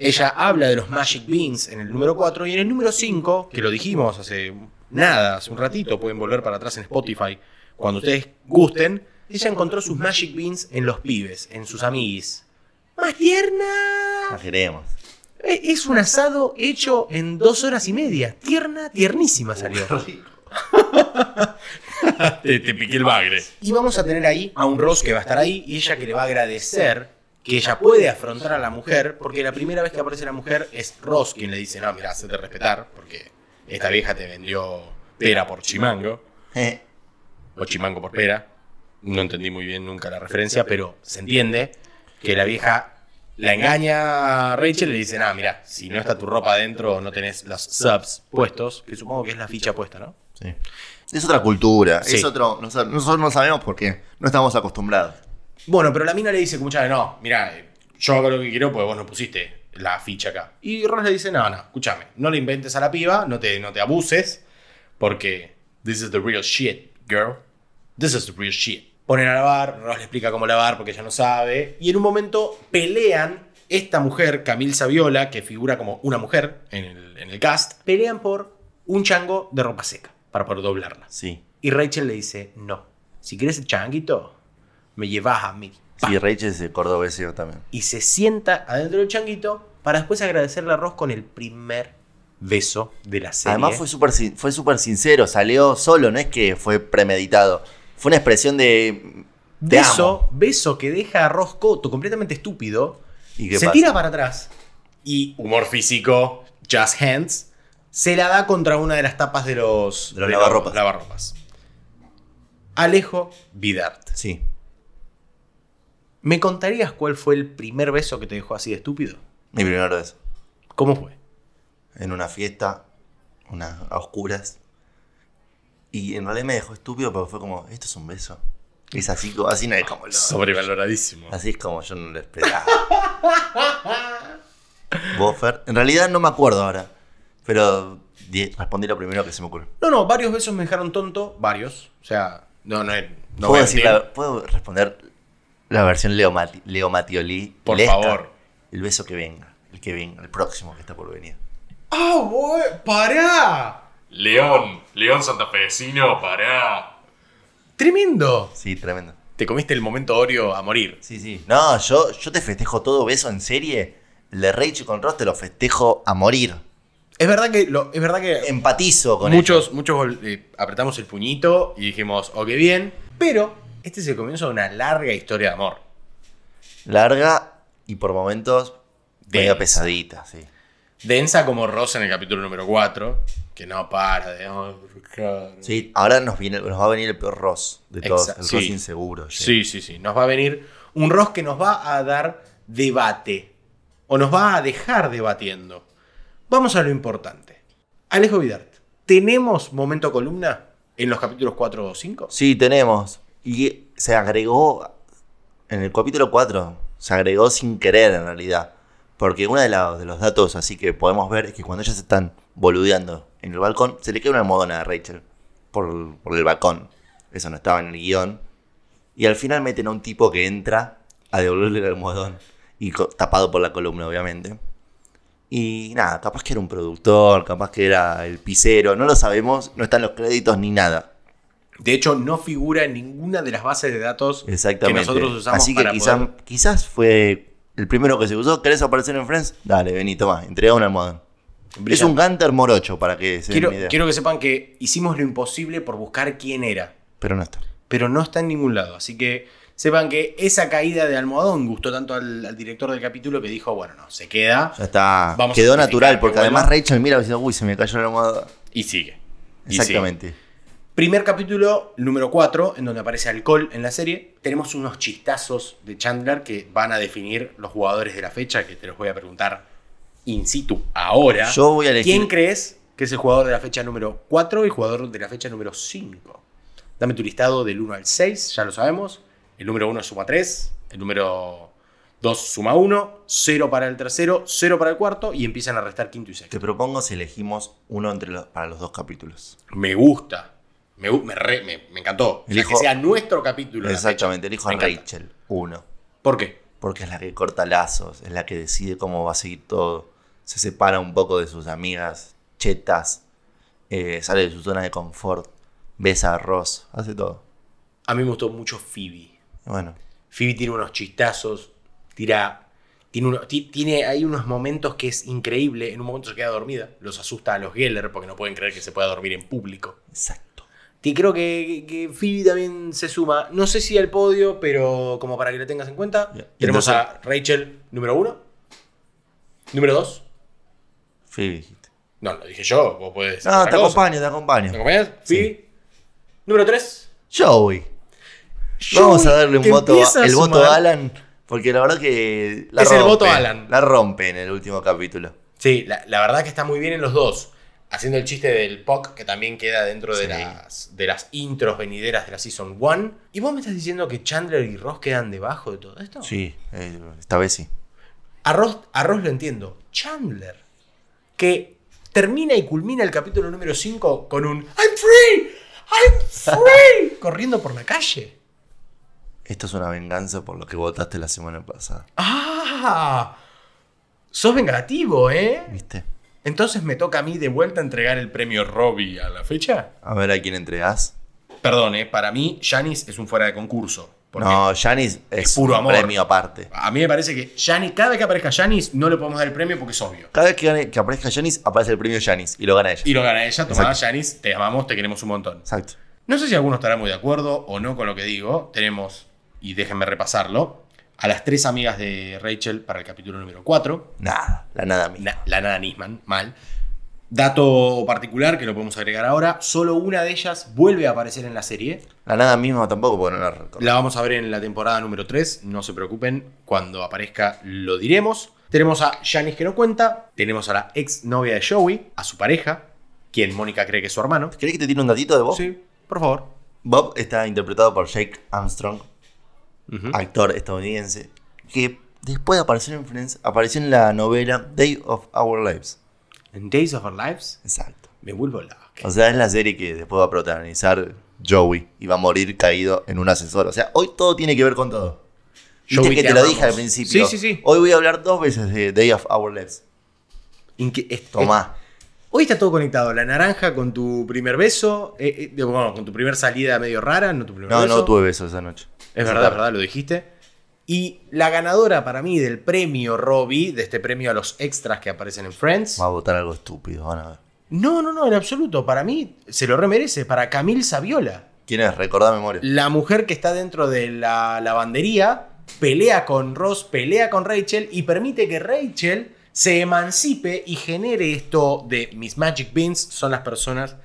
[SPEAKER 1] Ella habla de los Magic Beans en el número 4 y en el número 5, que lo dijimos hace nada, hace un ratito, pueden volver para atrás en Spotify cuando ustedes gusten, ella encontró sus Magic Beans en los pibes, en sus amiguis. ¡Más
[SPEAKER 2] La
[SPEAKER 1] tierna!
[SPEAKER 2] queremos.
[SPEAKER 1] E- Es un asado hecho en dos horas y media. Tierna, tiernísima salió. te, piqué el bagre. Y vamos a tener ahí a un Ross que va a estar ahí y ella que le va a agradecer que ella puede afrontar a la mujer, porque la primera vez que aparece la mujer es Ross quien le dice, no, mira, hacete respetar, porque esta vieja te vendió pera por chimango,
[SPEAKER 2] Eh,
[SPEAKER 1] o chimango por pera. No entendí muy bien nunca la referencia, pero se entiende que la vieja la engaña a Rachel y le dice, no, mira, si no está tu ropa adentro, no tenés los subs puestos, que supongo que es la ficha puesta, ¿no?
[SPEAKER 2] sí. Es otra cultura.
[SPEAKER 1] Sí.
[SPEAKER 2] Es otro. no sa- Nosotros no sabemos por qué. No estamos acostumbrados.
[SPEAKER 1] Bueno, pero la mina le dice como muchacha, no, mira, eh, yo hago lo que quiero porque vos no pusiste la ficha acá. Y Ross le dice, no, no, escúchame, no le inventes a la piba, no te, no te abuses, porque this is the real shit, girl. This is the real shit. Ponen a lavar, Ross le explica cómo lavar porque ella no sabe. Y en un momento pelean esta mujer, Camille Saviola, que figura como una mujer en el, en el cast, pelean por un chango de ropa seca para poder doblarla.
[SPEAKER 2] Sí.
[SPEAKER 1] Y Rachel le dice, no, si quieres el changuito, me llevas a mí. Pa.
[SPEAKER 2] Sí, Rachel es de cordobeseo también.
[SPEAKER 1] Y se sienta adentro del changuito para después agradecerle a Ross con el primer beso de la serie.
[SPEAKER 2] Además fue súper sin- fue súper sincero, salió solo, no es que fue premeditado. Fue una expresión de
[SPEAKER 1] Beso, beso que deja a Ross Cotto completamente estúpido.
[SPEAKER 2] ¿Y qué
[SPEAKER 1] se
[SPEAKER 2] pasa?
[SPEAKER 1] tira para atrás. Y humor físico, just hands, se la da contra una de las tapas de los,
[SPEAKER 2] De los lavarropas.
[SPEAKER 1] lavarropas. Alejo Vidart.
[SPEAKER 2] Sí.
[SPEAKER 1] ¿Me contarías cuál fue el primer beso que te dejó así de estúpido?
[SPEAKER 2] Mi primer beso.
[SPEAKER 1] ¿Cómo fue?
[SPEAKER 2] En una fiesta, una, a oscuras. Y en realidad me dejó estúpido porque fue como, esto es un beso. Es así, como- así no es como lo.
[SPEAKER 1] Sobrevaloradísimo.
[SPEAKER 2] Así es como yo no lo esperaba. ¿Vos, Fer? En realidad no me acuerdo ahora. Pero di- respondí lo primero que se me ocurrió.
[SPEAKER 1] No, no, varios besos me dejaron tonto. Varios. O sea, no, no, es- no voy
[SPEAKER 2] ¿Puedo,
[SPEAKER 1] a
[SPEAKER 2] decir
[SPEAKER 1] mentir.
[SPEAKER 2] la- ¿Puedo responder la versión Leo, Mati- Leo Matioli?
[SPEAKER 1] Por
[SPEAKER 2] Lesca?
[SPEAKER 1] favor.
[SPEAKER 2] El beso que venga. El que venga. El próximo que está por venir.
[SPEAKER 1] ¡Ah, boy! ¡Pará!
[SPEAKER 3] León, León Santafesino, pará.
[SPEAKER 1] ¡Tremendo!
[SPEAKER 2] Sí, tremendo.
[SPEAKER 1] Te comiste el momento Oreo a morir.
[SPEAKER 2] Sí, sí. No, yo, yo te festejo todo beso en serie. El de Rachel con Ross te lo festejo a morir.
[SPEAKER 1] Es verdad que. lo- es verdad que
[SPEAKER 2] Empatizo con ello.
[SPEAKER 1] muchos, muchos gol- eh, apretamos el puñito y dijimos, ok, bien. Pero este es el comienzo de una larga historia de amor.
[SPEAKER 2] Larga y por momentos medio
[SPEAKER 1] Densa.
[SPEAKER 2] pesadita, sí.
[SPEAKER 1] Densa como Rosa en el capítulo número 4, que no para de. "Ay, por favor".
[SPEAKER 2] Sí, ahora nos, viene, nos va a venir el peor Ross de todos.
[SPEAKER 1] Exacto.
[SPEAKER 2] el
[SPEAKER 1] Sí.
[SPEAKER 2] Ross inseguro. sí.
[SPEAKER 1] sí, sí, sí. Nos va a venir un Ross que nos va a dar debate. O nos va a dejar debatiendo. Vamos a lo importante. Alejo Vidart, ¿tenemos momento columna en los capítulos 4 o 5?
[SPEAKER 2] Sí, tenemos. Y se agregó en el capítulo 4. Se agregó sin querer, en realidad. Porque uno de, la- de los datos así que podemos ver es que cuando ellas están boludeando en el balcón, se le queda una almohadona a Rachel por, por el balcón. Eso no estaba en el guión. Y al final meten a un tipo que entra a devolverle el almohadón. Y co- tapado por la columna, obviamente. Y nada, capaz que era un productor, capaz que era el pisero, no lo sabemos, no están los créditos ni nada.
[SPEAKER 1] De hecho, no figura en ninguna de las bases de datos que
[SPEAKER 2] Exactamente.
[SPEAKER 1] nosotros usamos
[SPEAKER 2] Así que
[SPEAKER 1] para
[SPEAKER 2] quizá-
[SPEAKER 1] poder-
[SPEAKER 2] quizás fue el primero que se usó. ¿Querés aparecer en Friends? Dale, vení, tomá, entrega un almohadón. Es
[SPEAKER 1] Brillante.
[SPEAKER 2] un Gunter morocho para que se den
[SPEAKER 1] Quiero,
[SPEAKER 2] una idea.
[SPEAKER 1] quiero que sepan que hicimos lo imposible por buscar quién era,
[SPEAKER 2] Pero no está.
[SPEAKER 1] pero no está en ningún lado. Así que sepan que esa caída de almohadón gustó tanto al, al director del capítulo que dijo, bueno, no, se queda
[SPEAKER 2] Ya está.
[SPEAKER 1] Vamos a
[SPEAKER 2] Quedó
[SPEAKER 1] justificar
[SPEAKER 2] natural,
[SPEAKER 1] que
[SPEAKER 2] porque
[SPEAKER 1] vuelva.
[SPEAKER 2] además Rachel mira diciendo, uy, se me cayó el almohadón.
[SPEAKER 1] y sigue. Y sigue.
[SPEAKER 2] Exactamente.
[SPEAKER 1] Primer capítulo, número 4, en donde aparece alcohol en la serie. Tenemos unos chistazos de Chandler que van a definir los jugadores de la fecha, que te los voy a preguntar in situ ahora.
[SPEAKER 2] Yo voy a elegir-
[SPEAKER 1] ¿Quién crees que es el jugador de la fecha número 4 y jugador de la fecha número 5? Dame tu listado del 1 al 6, ya lo sabemos. El número 1 suma 3, el número 2 suma 1, 0 para el tercero, 0 para el cuarto y empiezan a restar quinto y sexto.
[SPEAKER 2] Te propongo si elegimos uno entre los, para los dos capítulos.
[SPEAKER 1] Me gusta. Me, gu- me, re- me- me encantó. O sea,
[SPEAKER 2] Elijo-
[SPEAKER 1] que sea nuestro capítulo. la
[SPEAKER 2] Exactamente, elijo a
[SPEAKER 1] Me encanta.
[SPEAKER 2] Rachel. Uno.
[SPEAKER 1] fecha. ¿Por qué?
[SPEAKER 2] Porque es la que corta lazos, es la que decide cómo va a seguir todo. Se separa un poco de sus amigas chetas, eh, sale de su zona de confort, besa a Ross, hace todo.
[SPEAKER 1] A mí me gustó mucho Phoebe.
[SPEAKER 2] Y Bueno,
[SPEAKER 1] Phoebe tiene unos chistazos, tira. Tiene, uno, ti- tiene hay unos momentos que es increíble. En un momento se queda dormida. Los asusta a los Geller porque no pueden creer que se pueda dormir en público.
[SPEAKER 2] exacto.
[SPEAKER 1] Y creo que, que Phoebe también se suma. No sé si al podio, pero como para que lo tengas en cuenta.
[SPEAKER 2] Ya. Y
[SPEAKER 1] Tenemos
[SPEAKER 2] entonces-
[SPEAKER 1] a Rachel número uno. Número dos.
[SPEAKER 2] Phoebe dijiste.
[SPEAKER 1] No, lo dije yo. Vos podés. decir
[SPEAKER 2] No,
[SPEAKER 1] otra
[SPEAKER 2] Ah, te
[SPEAKER 1] cosa.
[SPEAKER 2] acompaño, te acompaño.
[SPEAKER 1] ¿Me acompañas? Phoebe. Número 3.
[SPEAKER 2] Joey. Vamos a darle un voto, a- el voto a
[SPEAKER 1] Alan.
[SPEAKER 2] Alan, porque la verdad que la
[SPEAKER 1] Es el voto
[SPEAKER 2] rompe,
[SPEAKER 1] Alan.
[SPEAKER 2] La rompe en el último capítulo.
[SPEAKER 1] Sí, la, la verdad que está muy bien en los dos. Haciendo el chiste del POC, que también queda dentro de,
[SPEAKER 2] Sí.
[SPEAKER 1] las, de las intros venideras de la Season 1. ¿Y vos me estás diciendo que Chandler y Ross quedan debajo de todo esto?
[SPEAKER 2] Sí, eh, esta vez sí.
[SPEAKER 1] A Ross, a Ross lo entiendo. Chandler, que termina y culmina el capítulo número 5 con un ¡I'm free! ¡I'm free! corriendo por la calle.
[SPEAKER 2] Esto es una venganza por lo que votaste la semana pasada,
[SPEAKER 1] ¡Ah! Sos vengativo, ¿eh?
[SPEAKER 2] ¿viste?
[SPEAKER 1] Entonces me toca a mí de vuelta entregar el premio Robbie a la fecha.
[SPEAKER 2] A ver a quién entregás.
[SPEAKER 1] Perdón, ¿eh? para mí Janis es un fuera de concurso. Porque
[SPEAKER 2] No, Janis es,
[SPEAKER 1] puro
[SPEAKER 2] un
[SPEAKER 1] amor.
[SPEAKER 2] premio aparte.
[SPEAKER 1] A mí me parece que Janis, cada vez que aparezca Janis, no le podemos dar el premio porque es obvio.
[SPEAKER 2] Cada vez que, gane- que aparezca Janis, aparece el premio Janis y lo gana ella.
[SPEAKER 1] Y lo gana ella, tomá
[SPEAKER 2] Exacto.
[SPEAKER 1] Janis, te amamos, te queremos un montón.
[SPEAKER 2] Exacto.
[SPEAKER 1] No sé si alguno estará muy de acuerdo o no con lo que digo. Tenemos y déjenme repasarlo, a las tres amigas de Rachel para el capítulo número 4,
[SPEAKER 2] Nada, la nada misma.
[SPEAKER 1] na- la nada Nisman, mal. Dato particular que lo podemos agregar ahora, solo una de ellas vuelve a aparecer en la serie.
[SPEAKER 2] La nada misma tampoco, porque no la recuerdo.
[SPEAKER 1] La vamos a ver en la temporada número 3, no se preocupen, cuando aparezca lo diremos. Tenemos a Janice que no cuenta, tenemos a la ex novia de Joey, a su pareja, quien Mónica cree que es su hermano.
[SPEAKER 2] ¿Querés que te tire un datito de Bob?
[SPEAKER 1] Sí, por favor.
[SPEAKER 2] Bob está interpretado por Jake Armstrong,
[SPEAKER 1] Ujú.
[SPEAKER 2] actor estadounidense, que después de aparecer en Friends, apareció en la novela Day of Our Lives.
[SPEAKER 1] En Days of Our Lives,
[SPEAKER 2] Exacto.
[SPEAKER 1] me vuelvo loco.
[SPEAKER 2] O sea, es la serie que después va a protagonizar Joey y va a morir caído en un ascensor. O sea, hoy todo tiene que ver con todo. Viste
[SPEAKER 1] Joey,
[SPEAKER 2] que
[SPEAKER 1] te
[SPEAKER 2] te, lo
[SPEAKER 1] amamos.
[SPEAKER 2] dije al principio.
[SPEAKER 1] Sí, sí, sí.
[SPEAKER 2] Hoy voy a hablar dos veces de Day of Our Lives.
[SPEAKER 1] Inque- es-
[SPEAKER 2] Tomá.
[SPEAKER 1] es- hoy está todo conectado. La naranja con tu primer beso, eh, eh, de- bueno, con tu primer salida medio rara, no tu primer
[SPEAKER 2] No,
[SPEAKER 1] beso.
[SPEAKER 2] no tuve besos esa noche.
[SPEAKER 1] Es verdad, es verdad, lo dijiste. Y la ganadora para mí del premio Robbie, de este premio a los extras que aparecen en Friends.
[SPEAKER 2] Va a votar algo estúpido, van a ver.
[SPEAKER 1] No, no, no, en absoluto. Para mí se lo remerece. Para Camille Saviola.
[SPEAKER 2] ¿Quién es? Recordá memoria.
[SPEAKER 1] La mujer que está dentro de la lavandería pelea con Ross, pelea con Rachel y permite que Rachel se emancipe y genere esto de mis Magic Beans son las personas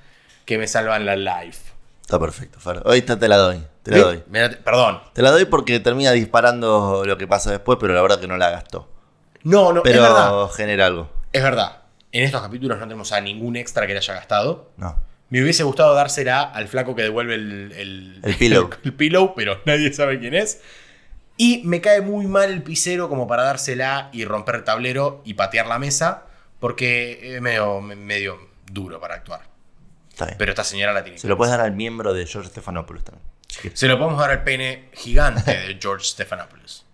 [SPEAKER 1] que me salvan la life.
[SPEAKER 2] Está perfecto, Fer. Hoy te, te la doy. Te la
[SPEAKER 1] ¿Ve?
[SPEAKER 2] doy.
[SPEAKER 1] Me la- Perdón.
[SPEAKER 2] Te la doy porque termina disparando lo que pasa después, pero la verdad que no la gastó.
[SPEAKER 1] No, no, es verdad.
[SPEAKER 2] Pero genera algo.
[SPEAKER 1] Es verdad. En estos capítulos no tenemos a ningún extra que le haya gastado.
[SPEAKER 2] No.
[SPEAKER 1] Me hubiese gustado dársela al flaco que devuelve el, el,
[SPEAKER 2] El pillow.
[SPEAKER 1] el pillow, pero nadie sabe quién es. Y me cae muy mal el pisero como para dársela y romper el tablero y patear la mesa, porque es medio, medio duro para actuar.
[SPEAKER 2] Está bien.
[SPEAKER 1] Pero esta señora la tiene.
[SPEAKER 2] Se lo puedes dar al miembro de George Stephanopoulos también.
[SPEAKER 1] Se lo podemos dar al pene gigante de George Stephanopoulos.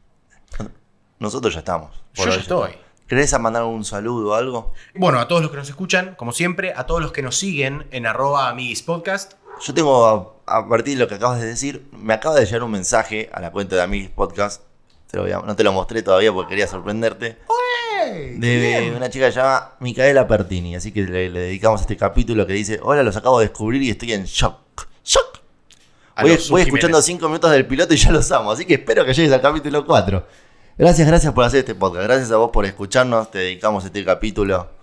[SPEAKER 2] Nosotros ya estamos.
[SPEAKER 1] Yo
[SPEAKER 2] Por hoy
[SPEAKER 1] ya estoy.
[SPEAKER 2] ¿Querés mandar un saludo o algo?
[SPEAKER 1] Bueno, a todos los que nos escuchan, como siempre, a todos los que nos siguen en arroba amiguispodcast,
[SPEAKER 2] Yo tengo, a, a partir de lo que acabas de decir, me acaba de llegar un mensaje a la cuenta de Amigos Podcast. Te lo voy a- no te lo mostré todavía porque quería sorprenderte. De una chica que se llama Micaela Pertini. Así que le, le dedicamos este capítulo que dice: Hola, los acabo de descubrir y estoy en shock. ¡Shock!
[SPEAKER 1] A
[SPEAKER 2] Voy,
[SPEAKER 1] los
[SPEAKER 2] voy
[SPEAKER 1] Sus
[SPEAKER 2] escuchando
[SPEAKER 1] Jiménez.
[SPEAKER 2] 5 minutos del piloto y ya los amo. Así que espero que llegues al capítulo 4. Gracias, gracias por hacer este podcast. Gracias a vos por escucharnos. Te dedicamos este capítulo.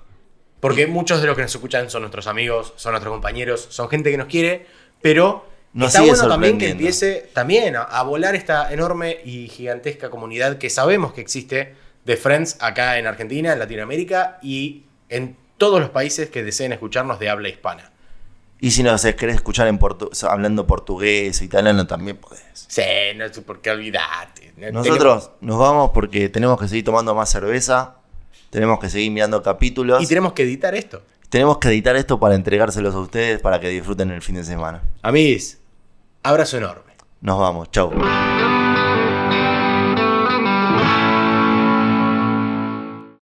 [SPEAKER 1] Porque muchos de los que nos escuchan son nuestros amigos, son nuestros compañeros, son gente que nos quiere, pero
[SPEAKER 2] Nos
[SPEAKER 1] está
[SPEAKER 2] sigue
[SPEAKER 1] bueno también que
[SPEAKER 2] sorprendiendo.
[SPEAKER 1] empiece también a, a volar esta enorme y gigantesca comunidad que sabemos que existe de Friends acá en Argentina, en Latinoamérica y en todos los países que deseen escucharnos de habla hispana.
[SPEAKER 2] Y si nos querés escuchar en portu- hablando portugués, italiano, también podés.
[SPEAKER 1] Sí, no sé por qué olvidarte.
[SPEAKER 2] Nosotros nos vamos porque tenemos que seguir tomando más cerveza. Tenemos que seguir mirando capítulos.
[SPEAKER 1] y tenemos que editar esto.
[SPEAKER 2] Tenemos que editar esto para entregárselos a ustedes para que disfruten el fin de semana.
[SPEAKER 1] Amigos, abrazo enorme.
[SPEAKER 2] Nos vamos, chau.